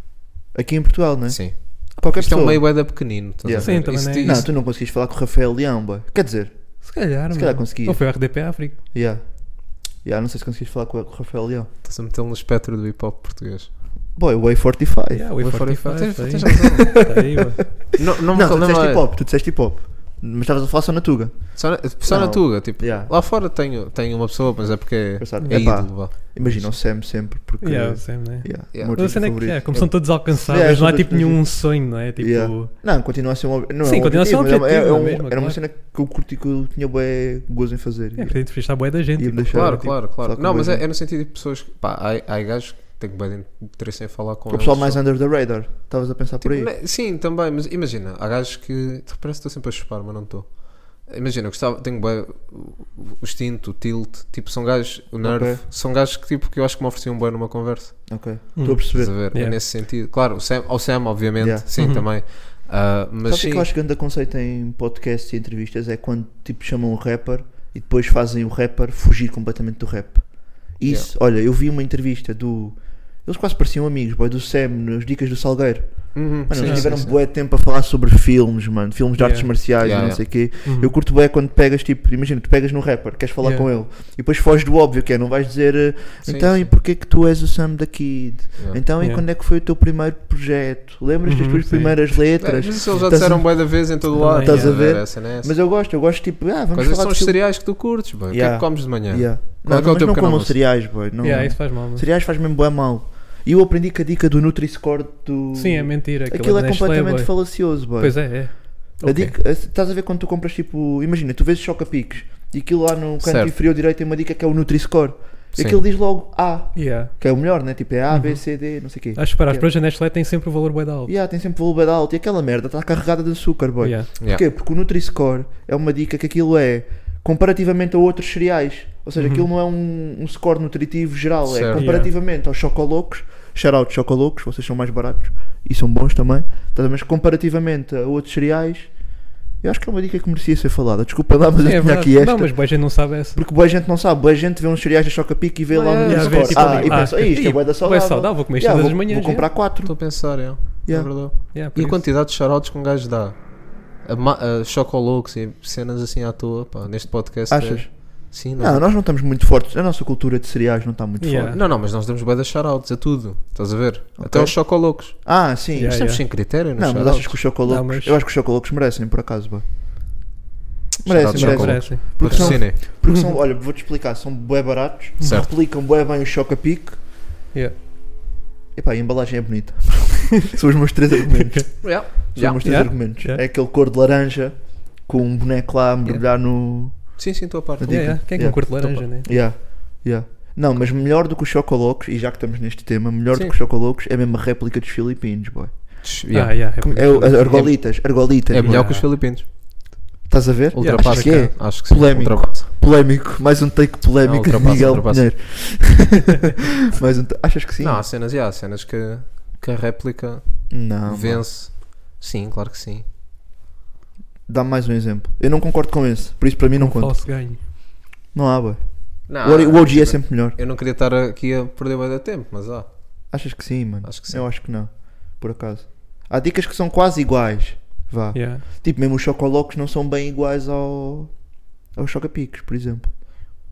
Aqui em Portugal, não é?
Sim.
Qualquer
Isto é
pessoa.
um meio web pequenino. estás
Yeah.
a ver?
Sim, também
Isso-
não é.
Não,
isso-
tu não conseguiste falar com o Rafael Leão, boy. Quer dizer,
Se calhar,
se calhar
mano.
consegui.
Ou foi o RDP África.
Yeah. Yeah, não sei se conseguiste falar com o Rafael Leão.
Estás a metê-lo no espectro do hip hop português.
Boy, Way 45.
Yeah, o
Way
45,
45,
tá
tens-
aí.
tens razão.
(laughs) Tá aí,
(laughs)
mano.
Não, não me
Não, tu
lembro-
disseste hip hop, tu disseste hip hop. Mas estavas a falar só na Tuga.
Só na, só na
Não.
Tuga, tipo.
Yeah.
Lá fora tenho, tenho uma pessoa, mas é porque é,
Pensar,
é
epá.
ídolo. vá.
Imagina o Sam sempre, porque.
Yeah, o Sam, né?
Yeah,
Yeah.
o meu
Mas a
artista
cena é que, é,
favorito.
como são todos alcançáveis,
Yeah,
não há
são
tipo
todos-
nenhum sonho, não é? Tipo,
Yeah. Não, continua a ser um. ob- Não,
Sim,
é um
continua a ser um
objetivo, mas é- é
objetivo,
um-
na mesma,
Era uma
claro.
cena que eu curti que eu tinha bué gozo em fazer.
é, porque entrevistar boa da gente.
E
tipo,
deixar-
Claro,
tipo,
claro,
falar
claro.
com
Não, mas
boa
é,
gente.
é no sentido de pessoas que. Pá, há, há gajos que têm bem de interesse em falar com
O pessoal
eles,
mais
só.
under the radar. Estavas a pensar por aí?
Tipo, né, Sim, também, mas imagina, há gajos que. Parece que estou sempre a chupar, mas não estou. Imagina, eu gostava, tenho bué- o- o Extinto, o Tilt, tipo, são gajos, o Nerve,
Ok.
são gajos que, tipo, que eu acho que me ofereciam bué numa conversa.
Ok.
Hum.
Estou
Estás
a
a
perceber.
ver? É
Yeah.
nesse sentido. Claro, o Sam, ao Sam, obviamente,
Yeah.
sim,
Uhum.
também. Ah, mas
Sabe o que é
sim,
que eu acho que anda conceito em podcasts e entrevistas? É quando tipo chamam um rapper e depois fazem o rapper fugir completamente do rap. Isso, olha, eu vi uma entrevista do. Eles quase pareciam amigos, boy, do Sam, nas Dicas do Salgueiro.
Uhum,
Mano, então,
sim,
eles
sim,
tiveram
sim.
bué tempo a falar sobre filmes, mano, filmes de
Yeah.
artes
Yeah,
marciais e
yeah.
não sei o quê.
Uhum.
Eu curto bué quando pegas, tipo, imagina, tu pegas num rapper, queres falar
Yeah.
com ele, e depois foges do óbvio, que é, não vais dizer, eh,
Sim,
então, e
sim.
porquê que tu és o Sam da Kid?
Yeah.
Então, e
Yeah.
quando é que foi o teu primeiro projeto? Lembras das
Uhum,
tuas
sim.
primeiras
É,
letras?
mas isso eles já
Estás a-
disseram bué da vez em todo lado.
Também,
Estás a ver?
Essa, não é essa.
Mas eu gosto, eu gosto tipo, ah, vamos
Quais
falar
são
de
os
filme-
cereais que tu curtes, boy? O que é
Yeah.
que comes de manhã?
Yeah.
Qual é
Não,
que é o
mas
teu pequeno
não comam
almoço? é
cereais, boy. Não, é?
Yeah, isso faz mal. mano.
Cereais faz mesmo bem mal. E eu aprendi que a dica do NutriScore do.
Sim, é mentira. Aquilo,
Aquilo é
da Nestlé,
completamente
boy.
falacioso, boy.
Pois é, é.
A dica, a- estás a ver quando tu compras tipo. Imagina, tu vês choca-piques e aquilo lá no canto
Certo.
inferior direito tem uma dica que é o NutriScore.
Sim. Uhum.
Aquilo diz logo A,
Yeah.
que é o melhor, né? Tipo é A, B, C, D, não sei o quê.
é
Acho que para as
Yeah.
pranchas Nestlé tem sempre o valor bué da alto.
Yeah, tem sempre valor bad alto e aquela merda está carregada de açúcar, boy.
Yeah.
Yeah.
Porquê? Porque o Nutri-Score é uma dica que aquilo é comparativamente a outros cereais. Ou
Uhum.
seja, aquilo não é um, um score nutritivo geral,
Certo.
é comparativamente aos chocolocos. Shout out chocolocos, vocês são mais baratos e são bons também. Tá, Mas comparativamente a outros cereais, eu acho que é uma dica que merecia ser falada. Desculpa lá, mas
É
eu tinha
verdade.
aqui esta.
Não, mas boa gente não sabe essa.
Porque boa gente não sabe, boa gente vê uns cereais da Chocapic e vê lá
é,
um
é,
vê,
score.
tipo,
ah,
ali,
e
ah,
pensa, "Ei, isto
e-
é boa da
bué
saudável.
saudável, vou comer isto
Yeah,
todas as
vou-
manhãs, é.
Vou comprar quatro.
Estou a pensar, é. É
Yeah.
verdade.
Yeah, por
E a
isso.
quantidade de shoutouts que um gajo dá? A ma- a Chocolocos e cenas assim à toa, pá, neste podcast. é-
Achas?
Sim,
Não,
não.
nós não estamos muito fortes. A nossa cultura de cereais não está muito
Yeah.
forte.
Não, não, mas nós damos bué de shoutouts a tudo, estás a ver? Até aos Chocolocos.
Ah, sim.
Yeah,
Nós estamos
yeah.
sem critério nos
Não, mas
shoutouts.
achas que os chocolocos.
Não, mas-
Eu acho que os chocolocos merecem, por acaso, bá.
Shout out
Merecem,
Chocolocos.
merecem.
Merecem.
Porque são,
Patrocinem.
porque são, olha, vou-te explicar, são bué baratos,
Uhum. Certo.
replicam bué bem o Chocapic.
Yeah.
Epá, a embalagem é bonita. (laughs) são os meus três argumentos. São
Yeah.
os meus três
Yeah.
argumentos.
Yeah.
É aquele cor de laranja com um boneco lá a mergulhar no.
Sim, sim, estou a parte.
na
Yeah, yeah.
dica.
Quem é que não curte laranja, né?
Yeah, yeah. Não, mas melhor do que os Chocolocos, e já que estamos neste tema, melhor
Sim.
do que os Chocolocos é mesmo a réplica dos Filipinos, boy.
Yeah.
Ah, yeah, é por
É,
isso.
o- as argolitas, argolitas.
É
boy.
melhor que os Filipinos.
Estás a ver?
Ultrapassa.
acho que é.
Acho que sim.
Polémico.
Ultrapassa.
Polémico, mais um take
Não,
polémico de
ultrapassa,
Miguel
ultrapassa.
Pinheiro. (laughs) mais um ta- Achas que sim?
Não, há cenas, yeah, há cenas que, que a réplica
Não, mano.
vence. Sim, claro que sim.
Dá-me mais um exemplo. Eu não concordo com esse, por isso para mim não conta.
Falso ganho.
Não há, boy.
Não,
O ori- o OG é sempre melhor.
Eu não queria estar aqui a perder mais tempo, mas há.
Achas que sim, mano?
Acho que sim.
Eu acho que não, por acaso. Há dicas que são quase iguais. Vá.
Yeah.
Tipo, mesmo os chocolocos não são bem iguais ao. aos chocapicos, por exemplo.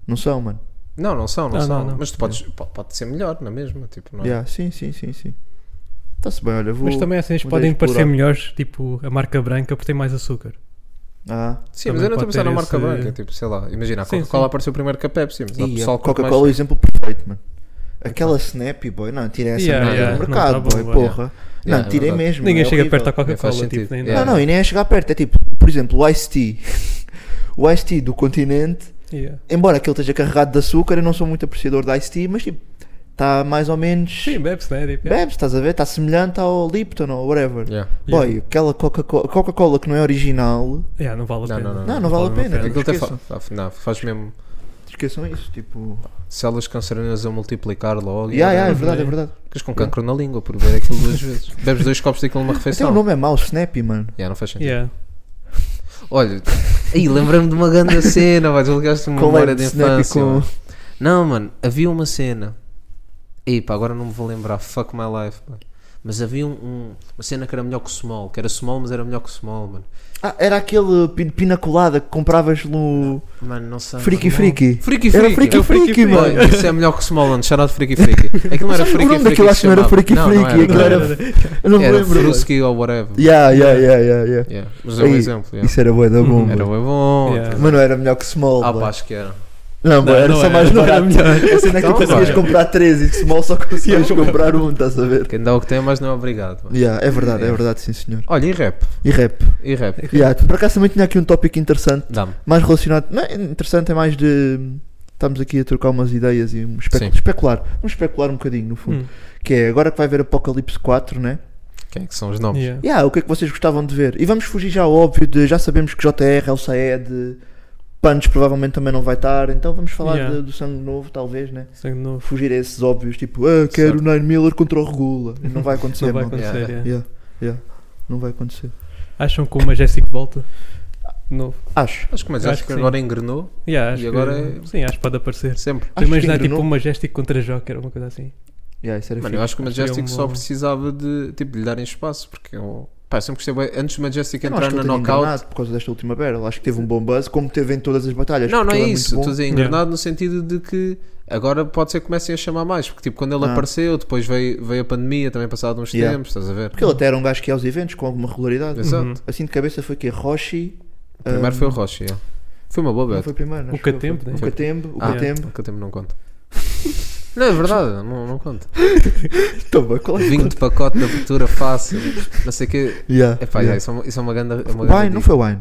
Não são, mano.
Não, não são, não,
Não,
são.
não, não.
Mas tu podes, po- pode ser melhor, não é mesmo? Tipo, não é?
Yeah, sim, sim, sim, sim. Está-se bem, olha, vou.
Mas também há cenas que
vou
podem parecer
explorar.
melhores, tipo a marca branca, porque tem mais açúcar.
Ah.
Sim, mas eu
Também
não estou a
pode
pensar na
ter
marca
esse-
branca, tipo, sei lá, imagina, a
Sim,
Coca-Cola
sim.
apareceu primeiro que a Pepsi, mas há
Ih,
pessoal
a
que curte
Coca-Cola é o
mais...
exemplo perfeito, mano. Aquela Snap, boy, não, tira essa
Yeah,
merda
yeah,
do
não
mercado,
tá bom,
boy,
boy.
porra. Não,
Yeah, é
tirei
verdade.
mesmo.
Ninguém
é
chega
horrível.
perto da
faz
Coca-Cola,
sentido.
tipo, nem
Yeah.
nada.
Não, não, e nem é chegar perto, é tipo, por exemplo, o Ice-T. (laughs) o Ice-T do continente,
Yeah.
embora aquele esteja carregado de açúcar, eu não sou muito apreciador de Ice-T, mas tipo, está mais ou menos.
Sim, bebe-se, né? Tipo, yeah.
Bebes, estás a ver? Está semelhante ao Lipton ou whatever.
Yeah.
Boy, aquela Coca-Cola Coca-Cola que não é original.
Yeah, não vale a
Não,
pena.
não, não,
Não, não vale a
É,
pena.
Aquilo até fa-
Esqueçam.
fa- não, faz mesmo
Esqueçam isso, tipo.
células cancerígenas a multiplicar logo. e
Yeah, yeah, é
era-
verdade, é verdade.
Ficas com cancro na língua por ver aquilo duas
(laughs)
vezes. Bebes dois copos daquilo numa
Até
refeição.
o nome é mau, Snappy, mano.
Yeah, não faz sentido.
Yeah.
Olha, aí lembrei-me de uma grande cena, mas ligaste-me uma
Qual é
Hum, memória de
de Snap e
infância.
com-
mano. Não, mano, havia uma cena. Ei, pá, agora não me vou lembrar. Fuck my life, mano. Mas havia um- um- uma cena que era melhor que o Small, que era Small, mas era melhor que o Small, mano.
Ah, era aquele pin- pina colada que compravas no
Mano, não sei.
Friki
mano.
Friki.
Tá, Friki
Era
Friki.
Friki
É o
Friki,
Boy,
mano.
Isso é melhor que o Small, mano. Shout out Friki Friki. Aquilo não era
Sabe o
Friki
nome
Friki.
daquilo?
que
Acho que
se
não era
chamava.
Friki Friki, aquilo
não
(laughs)
era- Eu não me
Era
lembro. mano.
Fruski ou whatever.
Yeah, yeah, yeah, yeah, yeah.
Yeah, Mas é um
Aí,
exemplo. yeah.
Isso era bué da bom.
Era
mano.
bem bom. Tipo,
Yeah.
Mano, era melhor que Small.
Ah,
boy.
pá, acho que era.
Não, boy,
Não,
era
não
só
era,
mais
não era
barato. A cena é que
Então,
tu conseguias
boy.
comprar três e que Small só conseguias comprar um, estás a ver?
Quem dá o que tem, mas não é obrigado. mano.
Yeah, é verdade, é
Yeah.
verdade, sim senhor.
Olha, e rap?
E rap.
E rap?
Yeah, por acaso também tinha aqui um tópico interessante,
Dá-me.
mais relacionado. Não é interessante, é mais de. Estamos aqui a trocar umas ideias e um espe-
Sim.
especular. Vamos especular um bocadinho, no fundo.
Hum.
Que é agora que vai haver Apocalipse 4, né?
Quem é que são os nomes?
Yeah.
Yeah, o que é que vocês gostavam de ver? E vamos fugir já ao óbvio de já sabemos que JR, El Saed, Punch provavelmente também não vai estar, então vamos falar
Yeah.
de- do sangue novo, talvez, né?
Sangue é novo.
Fugir a esses óbvios, tipo, ah, quero
Certo.
o Nine Miller contra o Regula. Não vai acontecer,
(laughs) Não vai
mano.
acontecer.
Yeah.
yeah.
é Yeah, yeah. Não vai acontecer.
Acham que o Majestic volta? Novo.
Acho.
Acho que o Majestic
Acho que sim.
agora engrenou,
Yeah, acho
E agora
que- Sim, acho que pode aparecer.
sempre.
Estou a imaginar
que
tipo
engrenou.
um Majestic contra Joker, uma coisa assim.
Yeah, isso era
Mano,
fixe.
eu acho que o
acho que é
Majestic só
uma-
precisava de, tipo, de lhe darem espaço, porque eu... Pá, eu sempre gostei bem, antes do Majestic
Eu não acho
entrar
que
na
ele tenha
knockout...
enganado por causa desta última battle. Acho que teve um bom buzz, como teve em todas as batalhas.
Não, não
porque
é
ele muito
isso,
bom.
estou a dizer engrenado no sentido de que agora pode ser que comecem a chamar mais, porque tipo, quando ele
Ah.
apareceu, depois veio, veio a pandemia também passado uns
Yeah.
tempos, estás a ver?
Porque ele até era um gajo que ia aos eventos com alguma regularidade.
Exato.
Uhum.
Assim de cabeça foi que Roshi. um,
Primeiro
ahm,
foi o Rocha, yeah. Foi uma boa
Não
bet.
foi primeiro,
O
acho que foi-
Catempo, né?
O Catembo, o
Ah,
Catembo.
Nunca tempo não
(laughs)
conta. Não, é verdade, não, não conta.
Estou bem, qual é?
Vinho de pacote da futura fácil, não sei o quê.
Yeah,
Epá, yeah.
yeah.
isso é uma, isso é uma grande. Uma grande
Wine, não foi o Wine.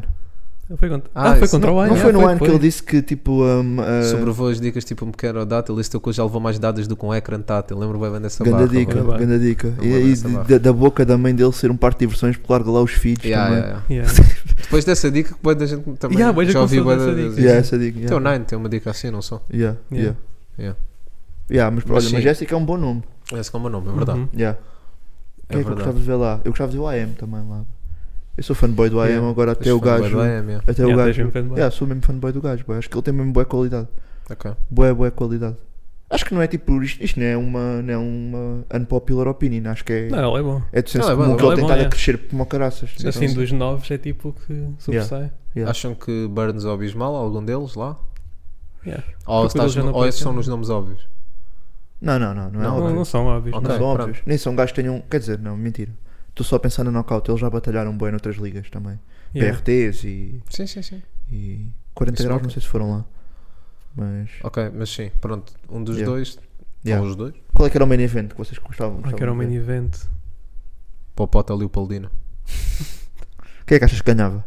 Ele foi contra,
Ah,
ah, foi
isso-
contra o Wine.
não
yeah,
foi no Wine que
foi.
ele disse que tipo. Um, uh,
Sobrevou as dicas tipo me quero data, lista que eu já levou mais dadas do que um ecrã tátil. Lembro bem dessa
Ganda
barra.
dica,
mano.
barra.
ganda dica.
Não
E,
lembro
e
dessa
de-
barra.
da, da boca da mãe dele ser um par de diversões porque larga lá os filhos
Yeah,
também.
yeah, yeah.
Yeah.
Depois dessa dica, boa da gente também.
Yeah, bué da
já ouvi
confusão
boa
dessa
da
dica.
Yeah, essa é dica.
Teu
Yeah.
Nine tem uma dica assim, Então, não só.
Yeah, yeah.
Yeah.
Yeah.
Yeah, mas,
Mas
olha,
sim.
mas Jéssica é um bom nome.
Esse é o meu nome, é verdade.
Uhum.
Yeah.
É
Quem é que
verdade.
eu gostava de ver lá? Eu gostava de ver o AM também lá. Eu sou fanboy do AM,
Yeah.
agora
Mas
até o
foi uma
gajo.
boa da AM, yeah.
Até o
Yeah,
gajo.
deixa-me ver.
Yeah, sou mesmo fanboy do gajo, boy. acho que ele tem mesmo boa qualidade.
Ok.
Boa, boa qualidade. Acho que não é tipo. Isto, isto não, é uma, não é uma unpopular opinion, acho que é.
Não, ele é bom.
É do senso
Não, é bom,
comum que
não,
ele
é
tem
bom,
estado a
é.
crescer como caraças. Então,
assim,
sim.
dos novos é tipo que sobressai.
Yeah.
Acham que Burns ou Bismal, algum deles lá?
Yeah.
Ou,
Porque o
estás,
deles já não
ou esses
apareceu.
são nos nomes óbvios?
Não, não, não, não
Não,
é
Não,
óbvio.
não são óbvios.
Ok.
Não são
pronto.
óbvios. Nem são gajos que tenham. Quer dizer, não, mentira. Estou só a pensar na knockout, eles já batalharam bem noutras ligas também.
Yeah.
PRTs e,
Sim, sim, sim.
e 40
Isso
graus,
ok.
não sei se foram lá. Mas.
Ok, mas sim, pronto. Um dos
Yeah.
dois,
Yeah.
ou os dois,
Qual é que era o main event que vocês gostavam?
Ah, que era um main event.
Popota ali o Paladino.
Quem é que achas que ganhava?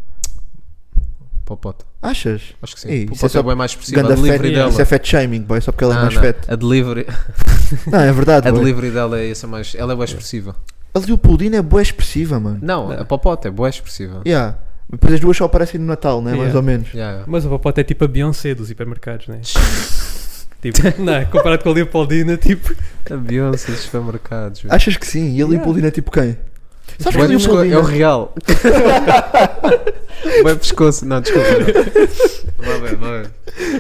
Popota.
Achas?
Acho que sim.
Ei, isso
Popota
é
é,
só
bem mais expressiva. A
Ganda fat,
delivery dela.
isso é fat shaming, boy, só porque ela é
Não,
mais
não.
fat.
A delivery,
Não, é verdade.
a
boy.
delivery dela é essa mais. Ela é boa expressiva.
A Leopoldina é boa expressiva, mano.
Não, a Popota é boa expressiva.
Yeah. Depois as duas só aparecem no Natal, né? Mais
Yeah.
ou menos.
Yeah, yeah.
Mas a Popota é tipo a Beyoncé dos hipermercados, né? tipo, não, comparado com a Leopoldina, tipo.
A Beyoncé dos supermercados. velho.
Achas que sim? E a Leopoldina é tipo quem? Sabes que um
Bué
a
pesco-
Leopoldina.
É o (laughs) real. Boa pescoço. Não, desculpa. Má bad, má bad.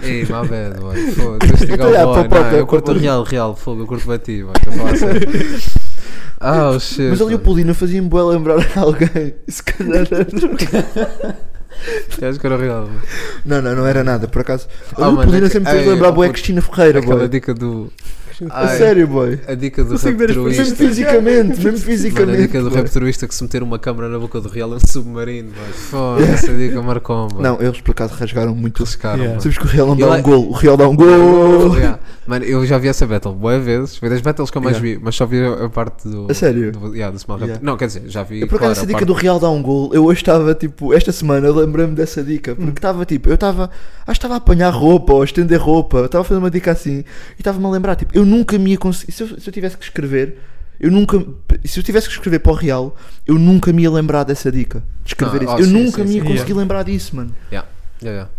Ei, má bad, boy. Fogo, (laughs) tens de ligar
Olha,
o boy.
Popota, é
Não, Eu curto o
Popota.
real, real. Fogo, eu curto bem a ti, boy. Estou a falar
(laughs)
sério. Ah, o shit.
Mas a
boy.
Leopoldina fazia-me bem lembrar (laughs) a alguém. Se calhar era-
Acho que era o real. boy.
Não, não, não era nada, por acaso.
Oh,
A
mano,
Leopoldina
é que-
sempre fez
ai,
lembrar
eu é
boa a
curto-
Cristina Ferreira,
Aquela
boy.
dica do.
A
Ai,
sério, boy.
A dica do
Consigo ver as
Mesmo
rapturista. (laughs)
fisicamente, mesmo
Mano, é a
fisicamente.
dica do
boy.
rapturista que se meter uma câmara na boca do real é um submarino. boy. Foda, essa dica marcou boy.
Não, eles por acaso rasgaram muito.
Riscaram,
Yeah.
boy.
Sabes que o Real não dá
Ele é-
um gol. O Real dá um gol.
Yeah. Mano, eu já vi essa battle boas vezes. Foi das battles que eu mais
Yeah.
vi, mas só vi a a parte do.
A sério?
Do, yeah, do Small
Yeah.
Raptor. Não, quer dizer, já vi.
Eu, por acaso,
claro,
essa
a
dica
parte-
do Real dá um gol, eu hoje estava, tipo, esta semana lembrei-me dessa dica,
Hum.
porque estava, tipo, eu estava, acho que estava a apanhar roupa ou a estender roupa, eu estava a fazer uma dica assim, e estava-me a lembrar, tipo, eu nunca me ia conseguir, se eu, se eu tivesse que escrever, eu nunca, se eu tivesse que escrever para o Real, eu nunca me ia lembrar dessa dica, de escrever
Ah,
isso,
ah,
eu
sim,
nunca
sim,
me ia
sim.
conseguir lembrar disso, mano.
Yeah, yeah.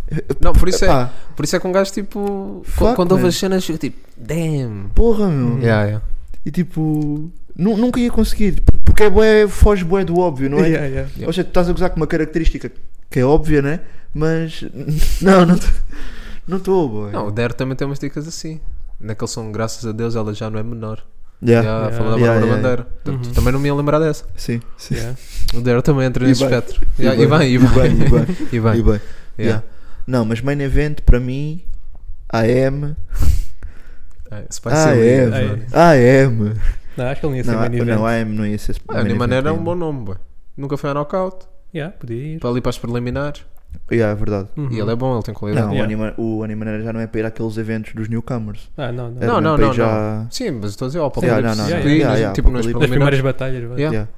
Não, por isso, é,
Epá,
por isso é que um gajo tipo.
Fuck,
quando- quando ouve
man. Hum.
as cenas, fica tipo, damn.
porra, meu.
Yeah, yeah.
E tipo, nu- nunca ia conseguir, porque é bué, foge bué do óbvio, não é?
Yeah, yeah.
Yeah.
Ou seja, tu estás a gozar com uma característica que é óbvia, né? Mas. (laughs) Não, não estou. Não estou, boy.
Não, o Dare também tem umas dicas assim. Naquele som, graças a Deus, ela já não é menor.
Yeah,
Já
Yeah.
falou da
Yeah,
Bárbara
yeah, Uhum.
Bandeira. Portanto, Também não me ia lembrar dessa.
Sim, sim.
Uhum. Yeah.
O Dare também entra
E
nesse
bem.
espectro. Yeah, E bem, e
E
bem.
bem,
E (laughs)
e
bem.
bem.
Yeah.
Yeah. Não, mas main event para mim. AM.
É, Spicy Lee,
é.
mano.
AM. AM.
Não, acho que ele não ia ser
Não,
é main
a-
event.
não, é. AM não ia ser.
Ah, de
main
maneira é
event
um bom nome, boy. Nunca foi a knockout.
Yeah, podia ir.
Para ali para as preliminares.
Yeah, é verdade.
Uhum.
E ele é bom, ele tem qualidade.
Não,
Yeah.
o, anima, o Animaneira já não é para ir àqueles eventos dos newcomers.
Ah, não, não.
Não,
Era mesmo
não,
para ir
não,
já...
Sim, mas estou a dizer, ó, para
Sim,
yeah,
não,
não,
não, não.
Tipo,
Yeah, yeah,
nas
Apocalipse.
Nas primeiras
preliminares.
batalhas, vai.
Yeah.
Yeah.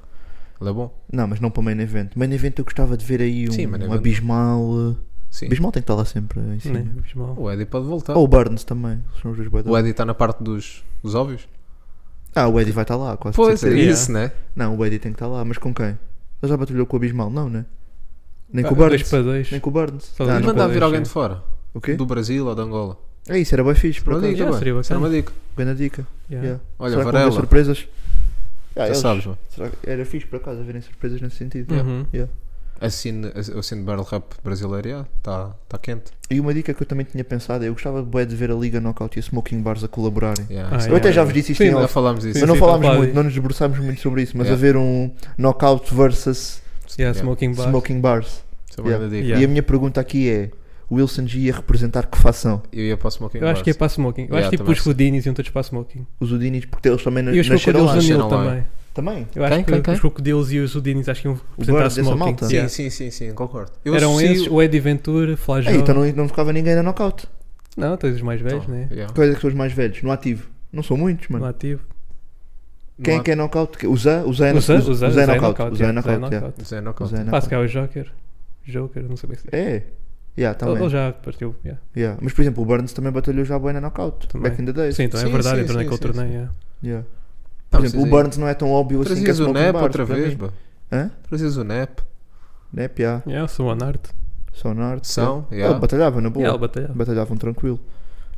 Ele é bom.
Não, mas não para main event. Main event eu gostava de ver aí um,
Sim, main event.
abismal. uh,
Sim.
Abismal tem que estar lá sempre em cima.
Né, Bismarck.
O Eddie pode voltar.
Ou o Burns também, são os dois boidados.
O Eddie está na parte dos, dos óbvios.
Ah, o Eddie vai estar lá, quase.
Pois é,
certeza.
Yeah.
isso, né?
Não, o Eddie tem que estar lá, mas com quem? Ele já batalhou com o Abismal, não, né? Nem com o
Ah, dois
Burns.
para dois.
Nem com o Burns.
Só
Ah,
dois.
não.
Mandar vir
pode,
alguém
sim.
de fora.
O quê?
Do Brasil ou de Angola.
É isso, era bem fixe, por
Uma
acaso.
dica,
Yeah,
mano.
seria
Isso era uma
bacana.
dica.
Grande dica.
Yeah.
yeah.
Olha,
Será que vão
Varela.
haver surpresas? Ah,
Já
eles-
sabes, mano.
será que- Era fixe, por acaso, haverem surpresas nesse sentido.
Uhum.
Assine, ass- o cine Battle Rap brasileiro, está tá quente.
E uma dica que eu também tinha pensado, eu gostava bué de ver a Liga Knockout e a Smoking Bars a colaborarem.
Yeah,
Ah,
isso-
Eu até
yeah.
já vos disse isto
Sim,
em
Já
off,
falámos disso.
mas não
sim, tá é.
falámos
claro.
muito, não nos debruçámos muito sobre isso, mas
Yeah.
haver um Knockout versus
Yeah,
Yeah.
Smoking Bar.
Smoking Bars.
Isso é uma grande dica.
Yeah.
E a minha pergunta aqui é, Wilson G ia representar que fação?
Eu ia para o Smoking
Eu acho que é
Bars.
para Smoking. Eu
Yeah,
acho tipo
também
os
acho.
Houdinis iam todos para Smoking.
Os Udinis, porque eles também na-
E os
nasceram lá.
Crocodiles do Nil
Nasceram lá.
também.
Também?
Eu acho
Quem,
que
quem, quem?
os Crocodiles e os Houdinis acho que iam representar
Bird dessa
Smoking.
malta?
Sim,
Yeah.
sim, sim, sim, concordo. Eu
Eram
associo-
esses, o Eddie Ventura, Flajão.
Ei, então não, não ficava ninguém na Knockout.
Não, todos os mais velhos,
Então,
né?
yeah.
Quais é que são os mais velhos? No ativo. Não são muitos,
No
mano.
ativo.
Quem
Não
é que é knockout? O Zé? O Zé é
O Zé- o Zé- o Zé é
knockout. O Zé é
yeah,
knockout, yeah.
há- Zé não
O Zé é
conta.
Ah, se
knockout.
calhar o Joker. Joker, não sei bem se
É. Yeah,
Ele ele
também.
já partiu. yeah.
Yeah. Mas, por exemplo, o Burns também batalhou já bem na knockout.
Também.
Back in the days.
Sim, então é
Sim,
verdade,
sim,
entrou
sim,
naquele
sim,
torneio.
sim.
yeah.
Yeah.
Não,
Por exemplo, o
precisas-
Burns não é tão óbvio assim que
Tá,
é
Trazias o
Smoking
NEP
Bars,
outra
para
vez,
mim.
pá.
Hã?
Trazias o NEP.
Nep, yeah.
Yeah, o Swan Art.
Sonar.
São,
Yeah. Ele
yeah.
batalhava, na boa.
Yeah, ele batalhava.
Batalhavam tranquilo.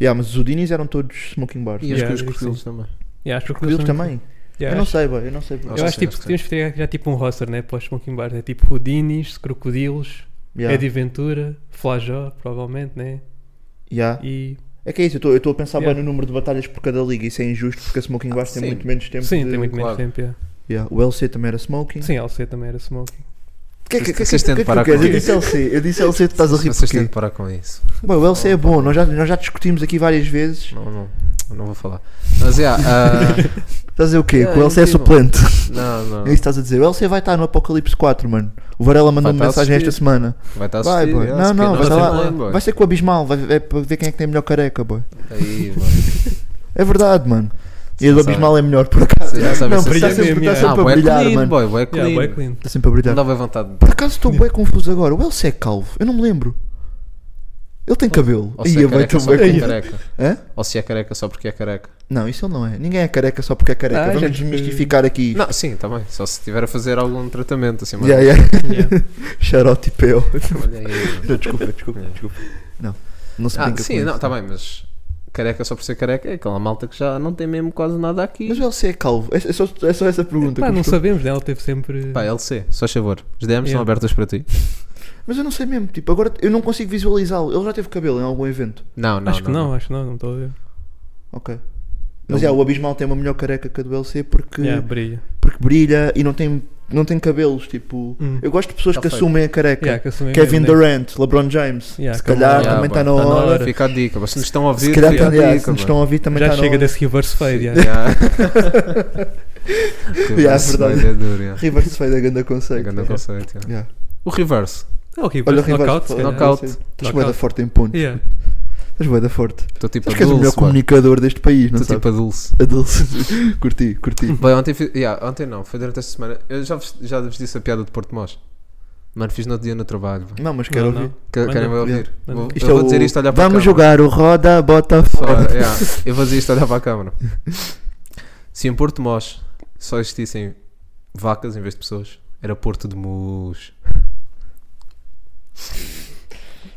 Yeah, mas os Udinis eram todos Smoking Bars.
E as
Yeah,
que os
eu digo
Crocodiles também.
Yeah, acho que o
Crocodiles
Crocodiles
também.
Yeah,
eu não
acho-
sei, bem, eu não sei.
Eu
Eu
Acho
acho
que
tipo,
sim,
temos que ter já tipo um roster, né? Para os Smoking Bars. É tipo Houdinis, Crocodiles,
Yeah.
Eddie Ventura, Flajó, provavelmente, né?
Yeah.
E.
É que é isso, eu estou a pensar
Yeah.
bem no número de batalhas por cada liga. Isso é injusto porque a Smoking Bars tem
Sim.
muito menos tempo.
Sim,
de-
tem muito menos
claro.
tempo. yeah.
Yeah, O LC também era Smoking.
Sim, LC também era Smoking.
Que, é que, que, que, que,
Vocês têm de
que,
parar
tu queres?
com
eu disse LC, eu disse LC, tu estás a rir
Vocês têm
porquê?
de parar com isso.
Bom, o LC é bom, nós já, nós já discutimos aqui várias vezes.
Não, não. eu Não vou falar. Mas yeah, ah,
Estás a dizer o quê?
É,
que o LC é
incrível.
suplente.
Não, não.
É isso que estás a dizer. O LC vai estar no Apocalipse 4, mano. O Varela mandou-me
Vai estar a
mensagem esta
assistir.
semana.
Vai estar a
Vai,
assistir.
boy.
yeah,
Não,
se
não,
calhar
vai estar
não
lá.
tem problema, boy.
Vai ser com o Abismal, vai, é para ver quem é que tem a melhor careca, boy.
Aí, mano.
É verdade, mano. E a do
Vocês já
Abismal é melhor, por acaso.
Vocês já sabem
Não,
se
está
é
sempre,
mesmo,
está
é.
Ah,
sempre a
bué
brilhar,
clean,
mano.
boy, bué
Yeah, bué
clean.
(laughs)
clean.
Está sempre a brilhar.
Não dava vontade.
Por acaso estou bem confuso agora. O Elcio é calvo? Eu não me lembro. Ele tem cabelo.
Ou se
Ia
é
bem
careca só porque é
também.
careca.
Hã?
Ou se é careca só porque é careca.
Não, isso ele não é. Ninguém é careca só porque é careca.
Ah,
Vamos
gente,
desmistificar aqui. isto.
Não, sim, também. Só se estiver a fazer algum tratamento assim, mas.
Yeah, yeah. (laughs) tipo,
Yeah.
Xarote PO.
(laughs) Olha aí, mano.
Não, Desculpa, desculpa,
Yeah.
desculpa. Não, não se
Ah,
brinca
sim,
com
não,
isso.
está bem, mas careca só por ser careca é aquela malta que já não tem mesmo quase nada aqui.
Mas o LC é calvo? É, é só, é só essa pergunta.
Pá,
que eu
não
estou-
sabemos, né? Ele teve sempre.
Pá, LC, só favor. Os DMs estão
Yeah.
abertas para ti?
Mas eu não sei mesmo. Tipo, agora eu não consigo visualizá-lo. Ele já teve cabelo em algum evento.
Não, não.
acho que não, acho que não, não estou a ver.
Ok. Mas é, o Abismal tem uma melhor careca que a do LC porque,
Yeah, brilha.
porque brilha e não tem, não tem cabelos. Tipo,
Hum.
eu gosto de pessoas
Tá
que
feito.
assumem a careca.
Yeah, que assumem
Kevin
mesmo, né?
Durant, LeBron James.
Yeah,
se
Kevin
calhar
Durant.
Ah, também está na
Yeah, boy. Tá na
hora.
hora.
Fica a dica, mas se nos estão a ouvir,
Se calhar
fica a
tá- yeah, se
dica.
nos estão a ouvir também
Já
tá está na
chega
hora.
desse reverse fade. yeah.
(laughs)
(laughs) Yeah,
é
verdade.
verdade. É duro, yeah.
Reverse foi da ganda conceito.
Ganda conceito, yeah.
Yeah.
O reverse.
É o reverse,
Olha o reverse.
knockout, se calhar.
Knockout.
Estás
Knockout.
boeda é forte em ponto.
Yeah.
Estás boeda forte.
Estou tipo
Acho
a
que és o melhor
Dulce. boy.
comunicador deste país, não
Estou
sabes?
tipo a Dulce. (laughs)
A Dulce. curti, curti.
Bem, ontem, fiz, yeah, ontem não, foi durante esta semana. Eu já vos, já vos disse a piada de Porto Mós. Mano, fiz no outro dia no trabalho. boy.
Não, mas quero
Não,
ouvir.
não.
Que-
Manda.
Querem me ouvir?
Manda.
Vou,
Isto
eu
é
vou
o-
dizer isto a olhar para a é.
Vamos
câmara.
jogar o roda, bota fora.
Fora, yeah. Eu vou dizer isto a olhar para a câmara. Se em Porto Mós só existissem vacas em vez de pessoas, era Porto de Mus.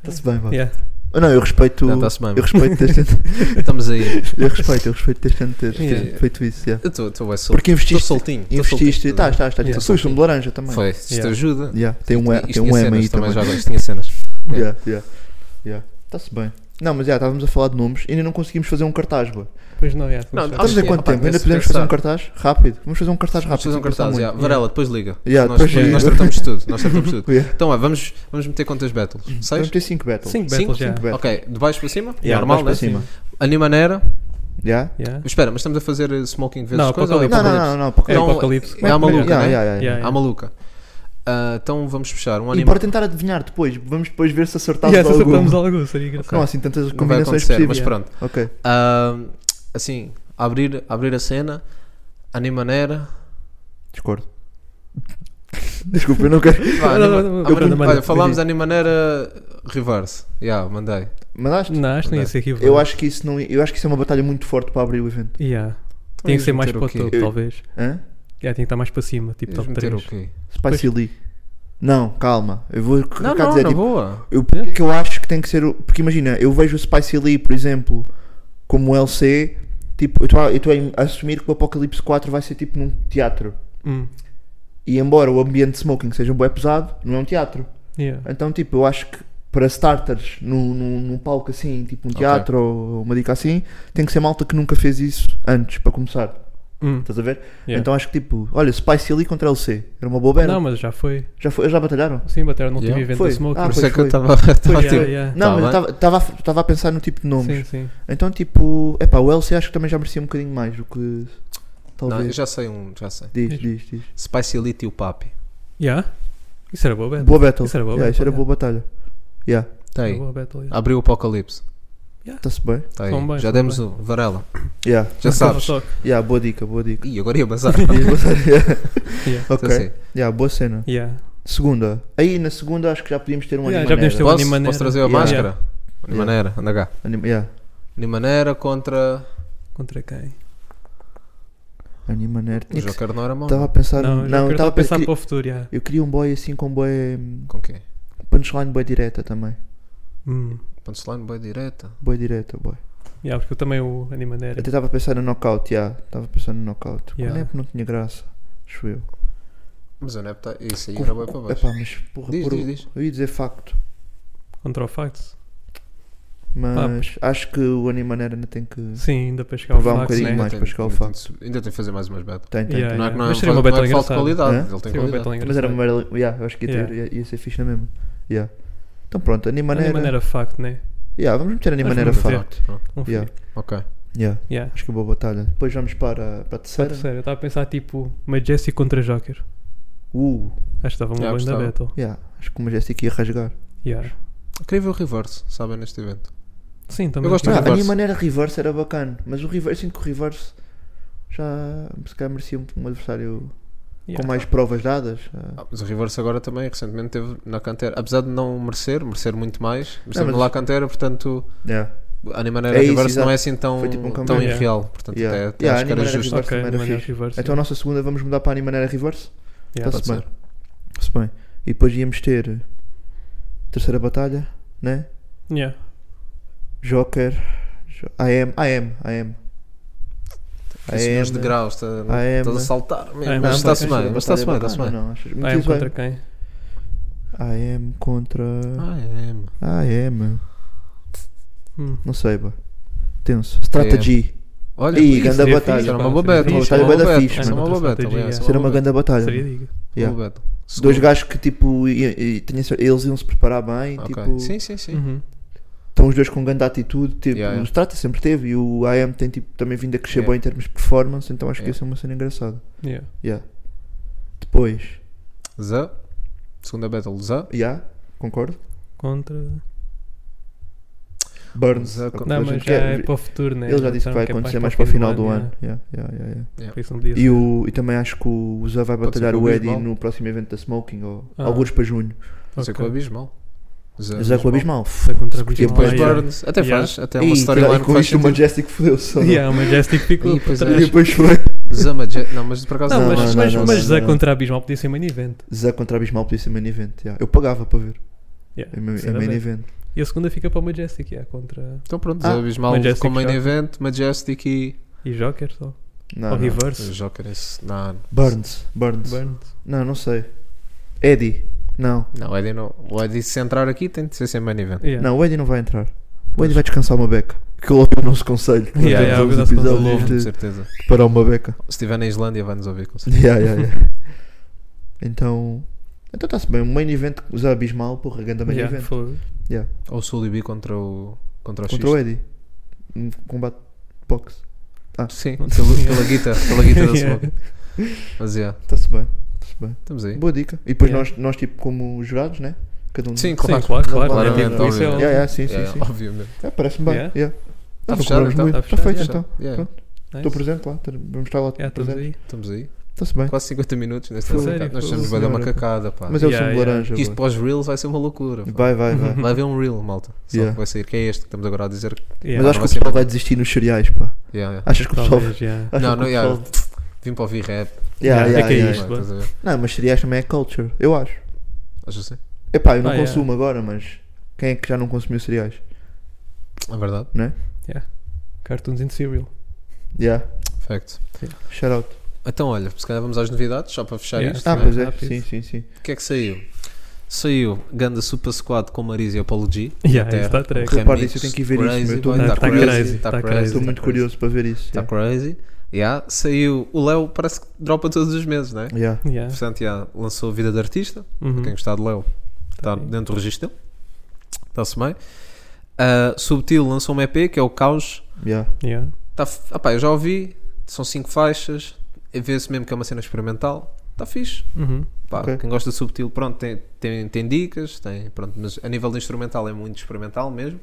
Está-se bem, vá.
Yeah.
Ah, Não, eu respeito.
Não, está-se bem.
Eu respeito deste
Estamos aí.
Eu respeito, eu respeito deste ano ter
Yeah.
ter feito isso, yeah.
Eu estou bem solto.
Porque
Estou
investiste.
soltinho. tô
Investiste.
soltinho, tô
Tá, está, está.
Yeah.
Tu és um de laranja também.
Foi, isto
Yeah.
ajuda.
Yeah, Tem um, E-
Isto
tem
tinha
um M
cenas
aí também. Ah,
já agora, isto tinha cenas.
Yeah, yeah, yeah. Está-se bem. Não, mas já estávamos a falar de nomes e ainda não conseguimos fazer um cartaz, boa.
Pois não, yeah,
Não,
não,
Ah,
Estamos em
sim,
quanto
opa,
tempo? Ainda
nesse
podemos
pensar.
fazer um cartaz? Rápido. Vamos fazer um cartaz
Vamos
rápido.
fazer um
sem pensar
cartaz,
muito.
já. Varela, depois liga.
Yeah,
nós,
depois
nós
liga.
tratamos de tudo. Nós
(laughs)
tratamos de tudo.
Yeah.
Então, é, vamos, vamos meter quantas battles?
Vamos
Seis?
ter 5 battles.
5
Cinco,
battles, já.
cinco battles.
Ok, de baixo para cima?
Yeah,
Normal, né?
baixo para cima.
Animanera.
Yeah?
Yeah.
Espera, mas estamos a fazer eh, smoking vezes
Não,
coisa?
Apocalipse.
Não, não, não, não, não. para-
É
Então,
Apocalipse.
é uma
Mas-
maluca,
Yeah,
né?
yeah, yeah, yeah.
Yeah,
À
yeah.
maluca. Ah, então vamos fechar. Um
E
animal.
para tentar adivinhar depois, vamos depois ver se acertamos
Yeah, se
algum.
acertamos algo, seria
Não há
engraçado.
assim tantas
Não vai
combinações
acontecer, mas
possíveis.
pronto.
Ok.
Ah, assim, abrir, abrir a cena.
(laughs)
Animanera.
Discordo. (laughs) Desculpa, eu não quero.
Pá,
Não,
anima- Ah,
não, não, não,
mano,
não, não,
Olha,
não,
falámos de animanera reverse. Yeah, mandei.
Mandaste?
Não, acho que não ia ser rival.
Eu acho que isso não, eu acho que isso é uma batalha muito forte para abrir o evento.
Yeah. Tinha que ser mais
meter o
para o
quê?
topo,
Eu-
talvez.
Hã?
É, tinha que estar mais para cima, tipo
Ias
top
meter
3.
o quê?
Spicy Lee. Não, calma. Eu vou
Não,
cá
não,
dizer
na
tipo,
boa.
eu, porque eu acho que tem que ser. o- Porque imagina, eu vejo o Spicy Lee, por exemplo, como LC. Tipo, eu estou a- eu estou a assumir que o Apocalipse 4 vai ser tipo num teatro.
Hum,
E embora o ambiente de smoking seja um bué pesado, não é um teatro.
yeah.
Então, tipo, eu acho que para starters num, num, num palco assim, tipo um
Ok.
teatro ou uma dica assim, tem que ser malta que nunca fez isso antes, para começar.
Hum.
Estás a ver?
Yeah.
Então acho que tipo, olha, Spicy Lee contra LC. Era uma boa battle.
Não, Tá mas já foi.
Já, foi, já batalharam?
Sim, bateram no último
Yeah.
evento
Foi.
da Smoke.
Ah,
Por
pois
isso é que eu
foi.
(laughs) estava estava,
yeah,
tipo.
yeah.
Não,
Tá
mas
bem.
eu estava a pensar no tipo de nomes.
Sim, sim.
Então, tipo, é pá, o LC acho que também já merecia um bocadinho mais do que.
Não,
Talvez.
eu já sei um, já sei.
Diz,
Diz.
diz, diz.
Spicy Elite e o Papi.
Yeah? Isso era boa battle.
Boa battle.
Isso era boa
Yeah,
battle.
isso era
yeah.
boa batalha. Yeah,
Tá aí.
Boa battle, yeah.
Abriu o Apocalipse.
está-se bem.
Tá aí.
Tão bem,
já
tão
demos
bem.
o Varela.
Yeah,
Já sabes.
Toque.
yeah, boa dica,
(laughs)
boa dica.
Ih, agora ia bazar.
(laughs)
Yeah. tá
ok,
Então, assim,
yeah, boa cena.
Yeah.
Segunda. Aí na segunda acho que já podíamos ter um
Yeah,
anime.
já podíamos ter um
Posso,
Animaneira.
posso trazer a
Yeah.
máscara?
Yeah.
Animaneira, anda cá.
Anime, yeah.
Animaneira contra.
Contra quem?
Anime nerd.
O Joker não era mau.
Estava a pensar.
Não,
Não,
eu já
eu
quero
estava
estar tá
a
a pensar
pensar.
para o futuro, yeah.
Eu queria um boy assim com boy. hum,
Com quem?
Punchline boy direta também.
Hum.
Punchline bem direta.
Boy direta, boy.
Yeah, porque eu também o Animaneira.
Eu até estava a pensar no knockout, já. Estava a pensar no knockout.
Yeah.
Yeah. porque não tinha graça. Acho eu.
Mas o Nepta, isso aí era bem para baixo.
Epá, mas porra,
Diz,
por-
diz, diz.
eu ia dizer facto.
Contra o Facts.
Mas acho que o Animanera ainda tem que.
Sim, ainda para chegar ao
Provar um
Facts,
bocadinho
né?
mais
Ainda
para
tem-
chegar ao
ainda tem
facto.
de sub- Ainda tem de fazer mais umas betas.
Tem, tem.
Yeah,
tem.
Não é que não é
Mas seria uma
não é que
battle
falta
engraçada. né?
qualidade.
Hã?
Ele tem
Seria uma
qualidade.
battle
Mas era
engraçada.
uma. Yeah, eu acho que ia, ter,
Yeah.
ia, ia ser fixe na mesma. Yeah. Então pronto, Animanera.
Animaneira Fact, né?
Yeah, vamos meter Animanera
Vamos meter.
facto.
Pronto,
Um
Yeah.
filho.
Ok.
Yeah.
Yeah.
Acho que boa batalha. Depois vamos para, para a
Só
terceira.
terceiro, eu estava a pensar tipo Majestic contra Joker.
Uh,
Acho que estava uma
Yeah,
banda
gostava.
battle.
yeah. Acho que o Majestic ia rasgar.
Yeah.
Eu queria ver o reverse, sabem, neste evento.
Sim, também.
Eu gosto
Ah,
do
a minha
reverse.
maneira reverse era bacana, mas o reverse, eu sinto que o reverse já se calhar merecia um, um adversário
Yeah.
com mais provas dadas. Ah,
Ah, Mas o reverse agora também, recentemente teve na cantera. Apesar de não merecer, merecer muito mais, merecer
mas-
lá a cantera, portanto,
yeah.
a Animaneira
É isso,
reverse não
exato.
é assim tão,
Foi tipo um
tão
comeback.
irreal. Portanto,
Yeah.
até, até
Yeah,
acho que era
Animaneira
justo.
Reverse
Ok,
também era
Maneira
fixe.
Reverse.
Então a nossa segunda vamos mudar para a maneira reverse?
yeah.
Está-se
pode
bem. Está-se bem. E depois íamos ter terceira batalha, né?
Yeah.
Joker. Jo- AM, AM, AM.
Isso nos degraus, está-
AM.
tá, estás a saltar mesmo.
né?
AM,
Mas
não,
está-se
mas
bem, mas está-se bem, está-se bem.
é Não, achas?
Ah, é
Muito
contra
bem.
quem?
AM contra.
Ah, é, mano.
AM.
Hum.
Não sei, pá. Tenso. Strategy.
Olha,
Ih,
isso,
ganda
seria
batalha.
fixe, Era
Pá,
uma boa
seria
battle.
fixe,
isso era
uma
uma
battle
boa
fixe,
battle, Isso é uma
mano.
boa battle.
Outra
yeah, isso é
Será
uma
uma
boa
grande batalha.
Seria diga.
battle,
Yeah.
boa battle.
Dois
Segundo.
gajos que tipo, i- i- tinha cer- eles iam se preparar bem,
Ok.
tipo,
Sim, sim, sim.
Uhum.
estão os dois com grande atitude, tipo,
Yeah, yeah.
o Strata sempre teve e o AM tem tipo, também vindo a crescer
Yeah.
bem em termos de performance, então acho que
Yeah.
ia ser uma cena engraçada.
Yeah.
Yeah. Depois,
Zé. Segunda battle, Zé.
yeah, concordo.
Contra.
Burns.
Zé contra-
a
Não,
gente
mas já
quer-
é para o futuro, né?
Ele já disse que
Então,
vai
é
acontecer mais para o final do ano.
yeah.
Yeah, yeah, yeah, yeah.
É Por isso não podia
E,
ser.
o, e também acho que o Zé vai
Pode ser
batalhar
com o
o
Bisbal.
Eddie no próximo evento da Smoking, ou
Ah.
alguns para junho.
Zé
Ok.
com o Abismal.
Zé com o Abismal.
Zé contra a
é Porque
Bisbal.
Depois
Ah, yeah.
Burns. Até
Yeah.
faz. Até
Ih,
uma storyline
e
que
com
faz
isto o
sentido.
Majestic fodeu-se.
(laughs)
(laughs)
Yeah, o Majestic tipo ficou.
Ih, pois é.
para
E
trás.
depois foi.
Zé Maje- Não, mas por acaso
Não,
Não,
mas,
não,
mas,
não,
mas
não,
Zé
não.
contra a Bismal podia ser main event.
Zé é contra Abismal podia ser main event. yeah. Eu pagava para ver.
Yeah,
É ma- é main
sinceramente.
event.
E a segunda fica para o Majestic, yeah, contra.
Então pronto,
Ah.
Zé Abismal
Majestic
com main
Shock.
event, Majestic e.
E Joker só.
Não,
Ou
não.
Reverse.
Joker, esse. Não,
Burns. Burns.
Burns.
Não, não sei. Eddie. Não.
não, o Eddie não. O Eddie, se entrar aqui, tem de ser sem main event.
Yeah.
Não, o Eddie não vai entrar. O Eddie vai descansar uma beca. Que ele ouviu o nosso conselho. Nós
Yeah,
yeah,
demos
ouviu o
uns
nosso
episódios
conselho.
Com
de-
certeza.
de parar uma beca.
Se estiver na Islândia, vai nos ouvir, com certeza.
(laughs) Yeah, yeah, yeah. Então. Então está-se bem. Um main event usar abismal, porra, grande é main
Yeah,
event.
fogo.
Ou o Sulibi contra o. Contra o
Contra o
X.
Eddie. Um combate de boxe.
Sim,
Contra-
pelo- pela guita, pela guita
(laughs)
da
Yeah.
Smoke. Mas yeah,
Está-se bem. Está-se bem.
estamos aí.
Boa dica. E depois
Yeah.
nós, nós, tipo, como jurados, né? Cada um.
Sim,
Sim,
claro.
claro, claro.
claro,
é, tipo,
claro.
isso é o-
Yeah, yeah, sim, sim,
Yeah,
sim.
Obviamente.
É, Parece-me bem.
Yeah.
yeah.
Tá
Não,
fechado,
procuramos
então?
muito.
Tá
Está
fechado,
feito
já.
então.
Yeah,
Pronto.
Nice.
Estou presente lá. ter- Vamos estar lá
Yeah, estamos
presente.
aí.
estamos aí.
Está-se bem.
Quase 50 minutos nesta
Foi.
música.
Sério?
Nós
Foi.
estamos bem da
Senhora.
macacada, pá.
Mas é o
Yeah,
chumbo
yeah.
laranja.
Isto
bué.
para os reels vai ser uma loucura. pá.
Vai, vai, vai.
Uhum.
Vai haver um reel, malta. Só
Uhum. Yeah.
que vai sair. Que é este que estamos agora a dizer. que-
Mas
Yeah,
acho que o
Vai ser
pessoal
bom.
vai desistir nos cereais, pá.
Yeah, yeah.
Achas que o pessoal.
talvez, yeah.
achas
Não,
Ah, que
não,
o
yeah.
pessoal-
Vim para ouvir rap.
Yeah,
Yeah,
yeah,
é que é
yeah.
isto.
Vai, estás a ver?
Não, mas cereais também é culture, eu acho.
Acho assim.
Epá, eu não
Ah, yeah.
consumo agora, mas quem é que já não consumiu cereais?
É verdade.
Cartoons in
(laughs)
Serial.
Yeah,
Fact.
shout out.
Então, olha, se calhar vamos às novidades, só para fechar
Yeah.
isto.
Ah,
né?
pois é,
rápido.
sim, sim, sim.
O que é que saiu? Saiu Ganda Super Squad com Marisa e Apollo G.
Yeah,
Terra.
isso dá track.
Um
Repara
remix
isso, eu tenho que ver isso,
crazy,
meu, eu tô
boy.
muito
Tá tá
curioso.
Tá
crazy,
crazy.
Estou
tá
muito
crazy.
curioso para ver isso.
Tá
Está
yeah.
crazy. Yeah, saiu. O Léo parece que dropa todos os meses, né?
Yeah.
Yeah.
Portanto, yeah, lançou Vida de Artista.
Uhum.
Quem gostar de Léo está
Tá bem.
dentro do registro dele. Está-se bem. Ah, Subtil lançou um EP que é o Caos.
Yeah.
Yeah.
Tá, f- ah pá, eu já ouvi. São cinco faixas. Vê-se mesmo que é uma cena experimental. Está fixe.
Uhum.
Pá,
Ok.
Quem gosta de subtil, pronto, tem, tem, tem dicas, tem, pronto, mas a nível de instrumental é muito experimental mesmo.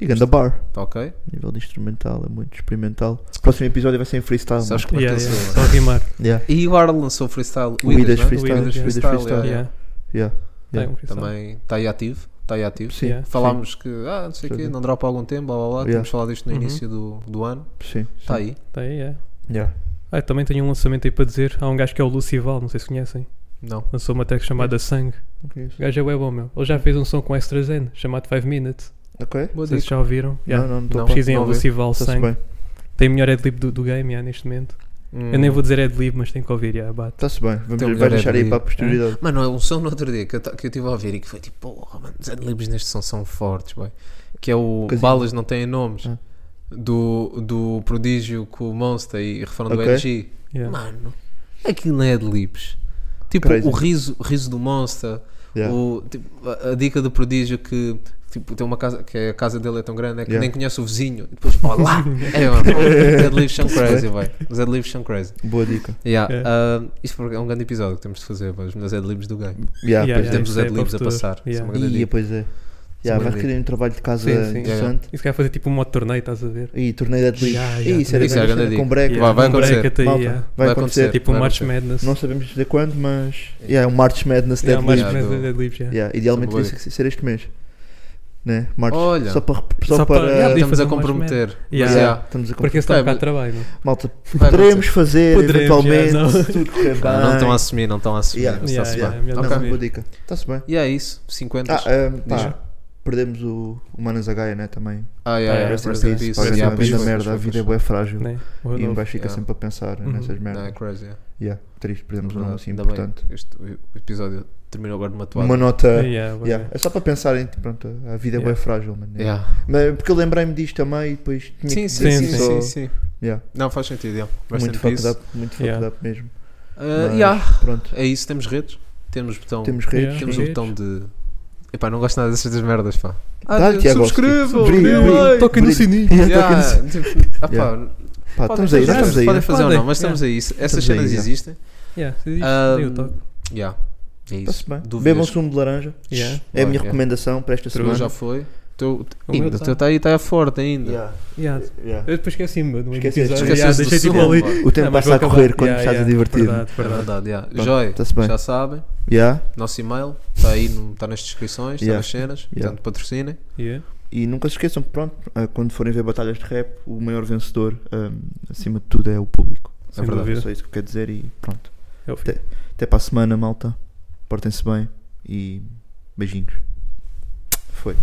E ganda bar.
Está ok.
A nível de instrumental, é muito experimental. O próximo episódio vai ser em freestyle.
Sabes
mano.
como é que
Yeah,
ele
yeah.
saiu,
Só
né?
rimar.
Yeah.
E o Arlo lançou freestyle
Widas
Widas, né?
freestyle,
Widas
Widas
freestyle,
freestyle.
yeah.
Yeah.
É. Yeah.
Tá, é um freestyle.
Também está aí ativo. Está aí ativo.
Sim,
Yeah.
Falámos que, ah, não sei o quê,
Sim.
não dropa há algum tempo, blá blá blá.
Yeah.
Tínhamos falado isto no
Uhum.
início do, do ano.
sim.
Está aí.
Tá aí, yeah.
Yeah.
Ah, eu também tenho um lançamento aí para dizer. Há um gajo que é o Lucival, não sei se conhecem.
Não.
Lançou uma track chamada Sangue.
Ok.
O gajo é bué bom, meu. Ele já fez um som com Extra Zen, chamado 5 Minutes.
Ok?
Boa
Vocês
dica.
já ouviram? Yeah.
Não, não, não estou
Não.
a
Pesquisem a
não ouvi.
Lucival
Está-se
Sangue.
bem.
Tem o melhor adlib do, do game, yeah, neste momento.
Hum.
Eu nem vou dizer adlib, mas tem que ouvir, yeah, bate.
Está-se bem.
Tem o
Vamos,
melhor
vai deixar aí
abrigo.
para a posterioridade.
Mano, é um som no outro dia que eu, ta- que eu estive a ouvir e que foi tipo, porra, mano, os adlibs neste som são fortes, boy. Que é o
Casinho.
Balas Não Têm Nomes,
Ah.
do, do Prodígio com o Monster e refrão do
Ok.
NG.
Yeah.
Mano, aquilo não é adlibs. Tipo,
Crazy.
o riso, o riso do Monster,
Yeah.
o, tipo, a, a dica do Prodígio que... Tipo, tem uma casa, que a casa dele é tão grande, é que
Yeah.
nem conhece o vizinho. E depois, pô,
(laughs)
lá! é, mano, os adlibs são crazy, boy. Os adlibs são crazy.
Boa dica.
Yeah,
É.
ah, isto é um grande episódio que temos de fazer, mas os meus adlibs do game.
Yeah,
Yeah,
pois
yeah.
temos os
isso é para o
adlibs a
futuro.
passar. Isso é
Yeah.
uma grande
é. Ia,
dica.
pois é. Yeah,
uma
vai
dica.
querer um trabalho de casa
Sim, sim.
interessante.
Isso quer fazer tipo um modo torneio, estás a ver?
E torneio de atletas.
Yeah, yeah.
E isso era
Isso é grande
grande
dica.
com break.
Vai- vai
um break
acontecer.
até aí,
Malta,
yeah.
vai
Vai
acontecer.
acontecer.
Tipo um
Vai
March
acontecer.
Madness.
Não sabemos dizer quando, mas. Yeah, é um March Madness
yeah,
Dead
um March
List.
Yeah,
Madness
do-
adlibs, yeah.
Yeah, idealmente
Boa
devia ser- ser este mês. Né? March.
Olha.
Só para. Só,
Só
para
para- yeah,
Estamos a
fazer um mais
comprometer.
Yeah.
Mas,
Yeah,
yeah.
é, Estamos a
Porque
Porque...
esse dá um
Vai
bocado de
acontecer.
trabalho, mano.
Malta,
Vai
poderemos fazer
Poderemos,
eventualmente
yeah, não.
se tudo correr bem.
Ah, não estão a assumir, não estão a assumir.
Yeah.
mas
Yeah,
está-se
yeah,
bem.
melhor
Não,
Ok.
assumir.
boa dica. Está-se bem.
E é isso, 50.
Ah,
Ah,
ahm, pá, perdemos o, o Manas Gaia, né? Também.
yeah,
Ah,
yeah,
Rest in
É, rest in
peace,
peace.
pá,
rest in
Yeah,
grande
pois
peace.
merda,
foi,
a
pois foi,
vida é
pois
bué frágil.
Né? O
E um
novo.
gajo fica
Yeah.
sempre a pensar
Uhum.
nessas
foi. Não, é
merdas.
crazy. yeah.
Yeah, triste, perdemos um
Verdade,
nome assim
ainda bem.
importante.
Este o episódio terminou agora de uma toada.
Uma nota.
Yeah, boa
Yeah,
ideia.
É só para pensar em. Pronto, a vida é bué
Yeah.
frágil, mano.
Yeah.
Mas, porque eu lembrei-me disto também e depois tinha
Sim,
que
sim,
dizer
sim,
sim,
só-
sim, sim.
Yeah,
Não, faz sentido. yeah. Rest
muito
in
fucked
peace.
up, muito fucked
Yeah.
up mesmo.
Ah,
Mas,
yeah,
Pronto,
É isso, temos redes. Temos botão.
temos redes.
Yeah.
Temos o
Redes.
botão de. Epá, não gosto nada dessas merdas, pá. Ah,
Dá-lhe, Tiago,
subscrevam,
brilho,
deem
brilho, (laughs)
like.
Toquem no
Brilho.
sininho.
Yeah,
Yeah,
toca
tipo, ah, pá,
Yeah. nisso. Pá,
podem
estamos aí, nós
fazer,
estamos aí.
Podem fazer ou
Podem,
não, mas estamos aí. Essas
Estamos aí,
cenas
yeah.
existem.
Yeah, se diz,
Ah,
dei o toque.
Yeah. É isso.
Está-se bem.
Dúvidas?
Bebam sumo de laranja.
Yeah.
É a minha
Ok.
recomendação para esta
O teu
semana.
já foi. Teu,
O meu
ainda, o
tá.
teu está aí, está forte ainda.
Yeah,
Yeah.
yeah.
Eu depois esqueci-me no
Esqueceste,
episódio.
esqueceste
yeah,
do
deixei tipo
segundo,
ali.
pá.
O tempo
Não, mas
passa a
vou
correr
acabar.
quando
Yeah,
estás a
yeah,
divertir.
Verdade,
É
verdade.
verdade, yeah.
Pronto,
Joy,
tá-se bem.
já sabem.
Yeah,
Nosso e-mail está aí, no- está nas descrições, está
Yeah.
nas cenas.
Yeah.
Portanto, patrocinem.
Yeah.
E nunca se esqueçam, pronto, ah, quando forem ver batalhas de rap, o maior vencedor, ah, acima de tudo, é o público.
É
Sem
verdade.
dúvida.
É só isso que eu quero dizer e pronto.
É o fim.
Até para a semana, malta. Portem-se bem e beijinhos. Foi.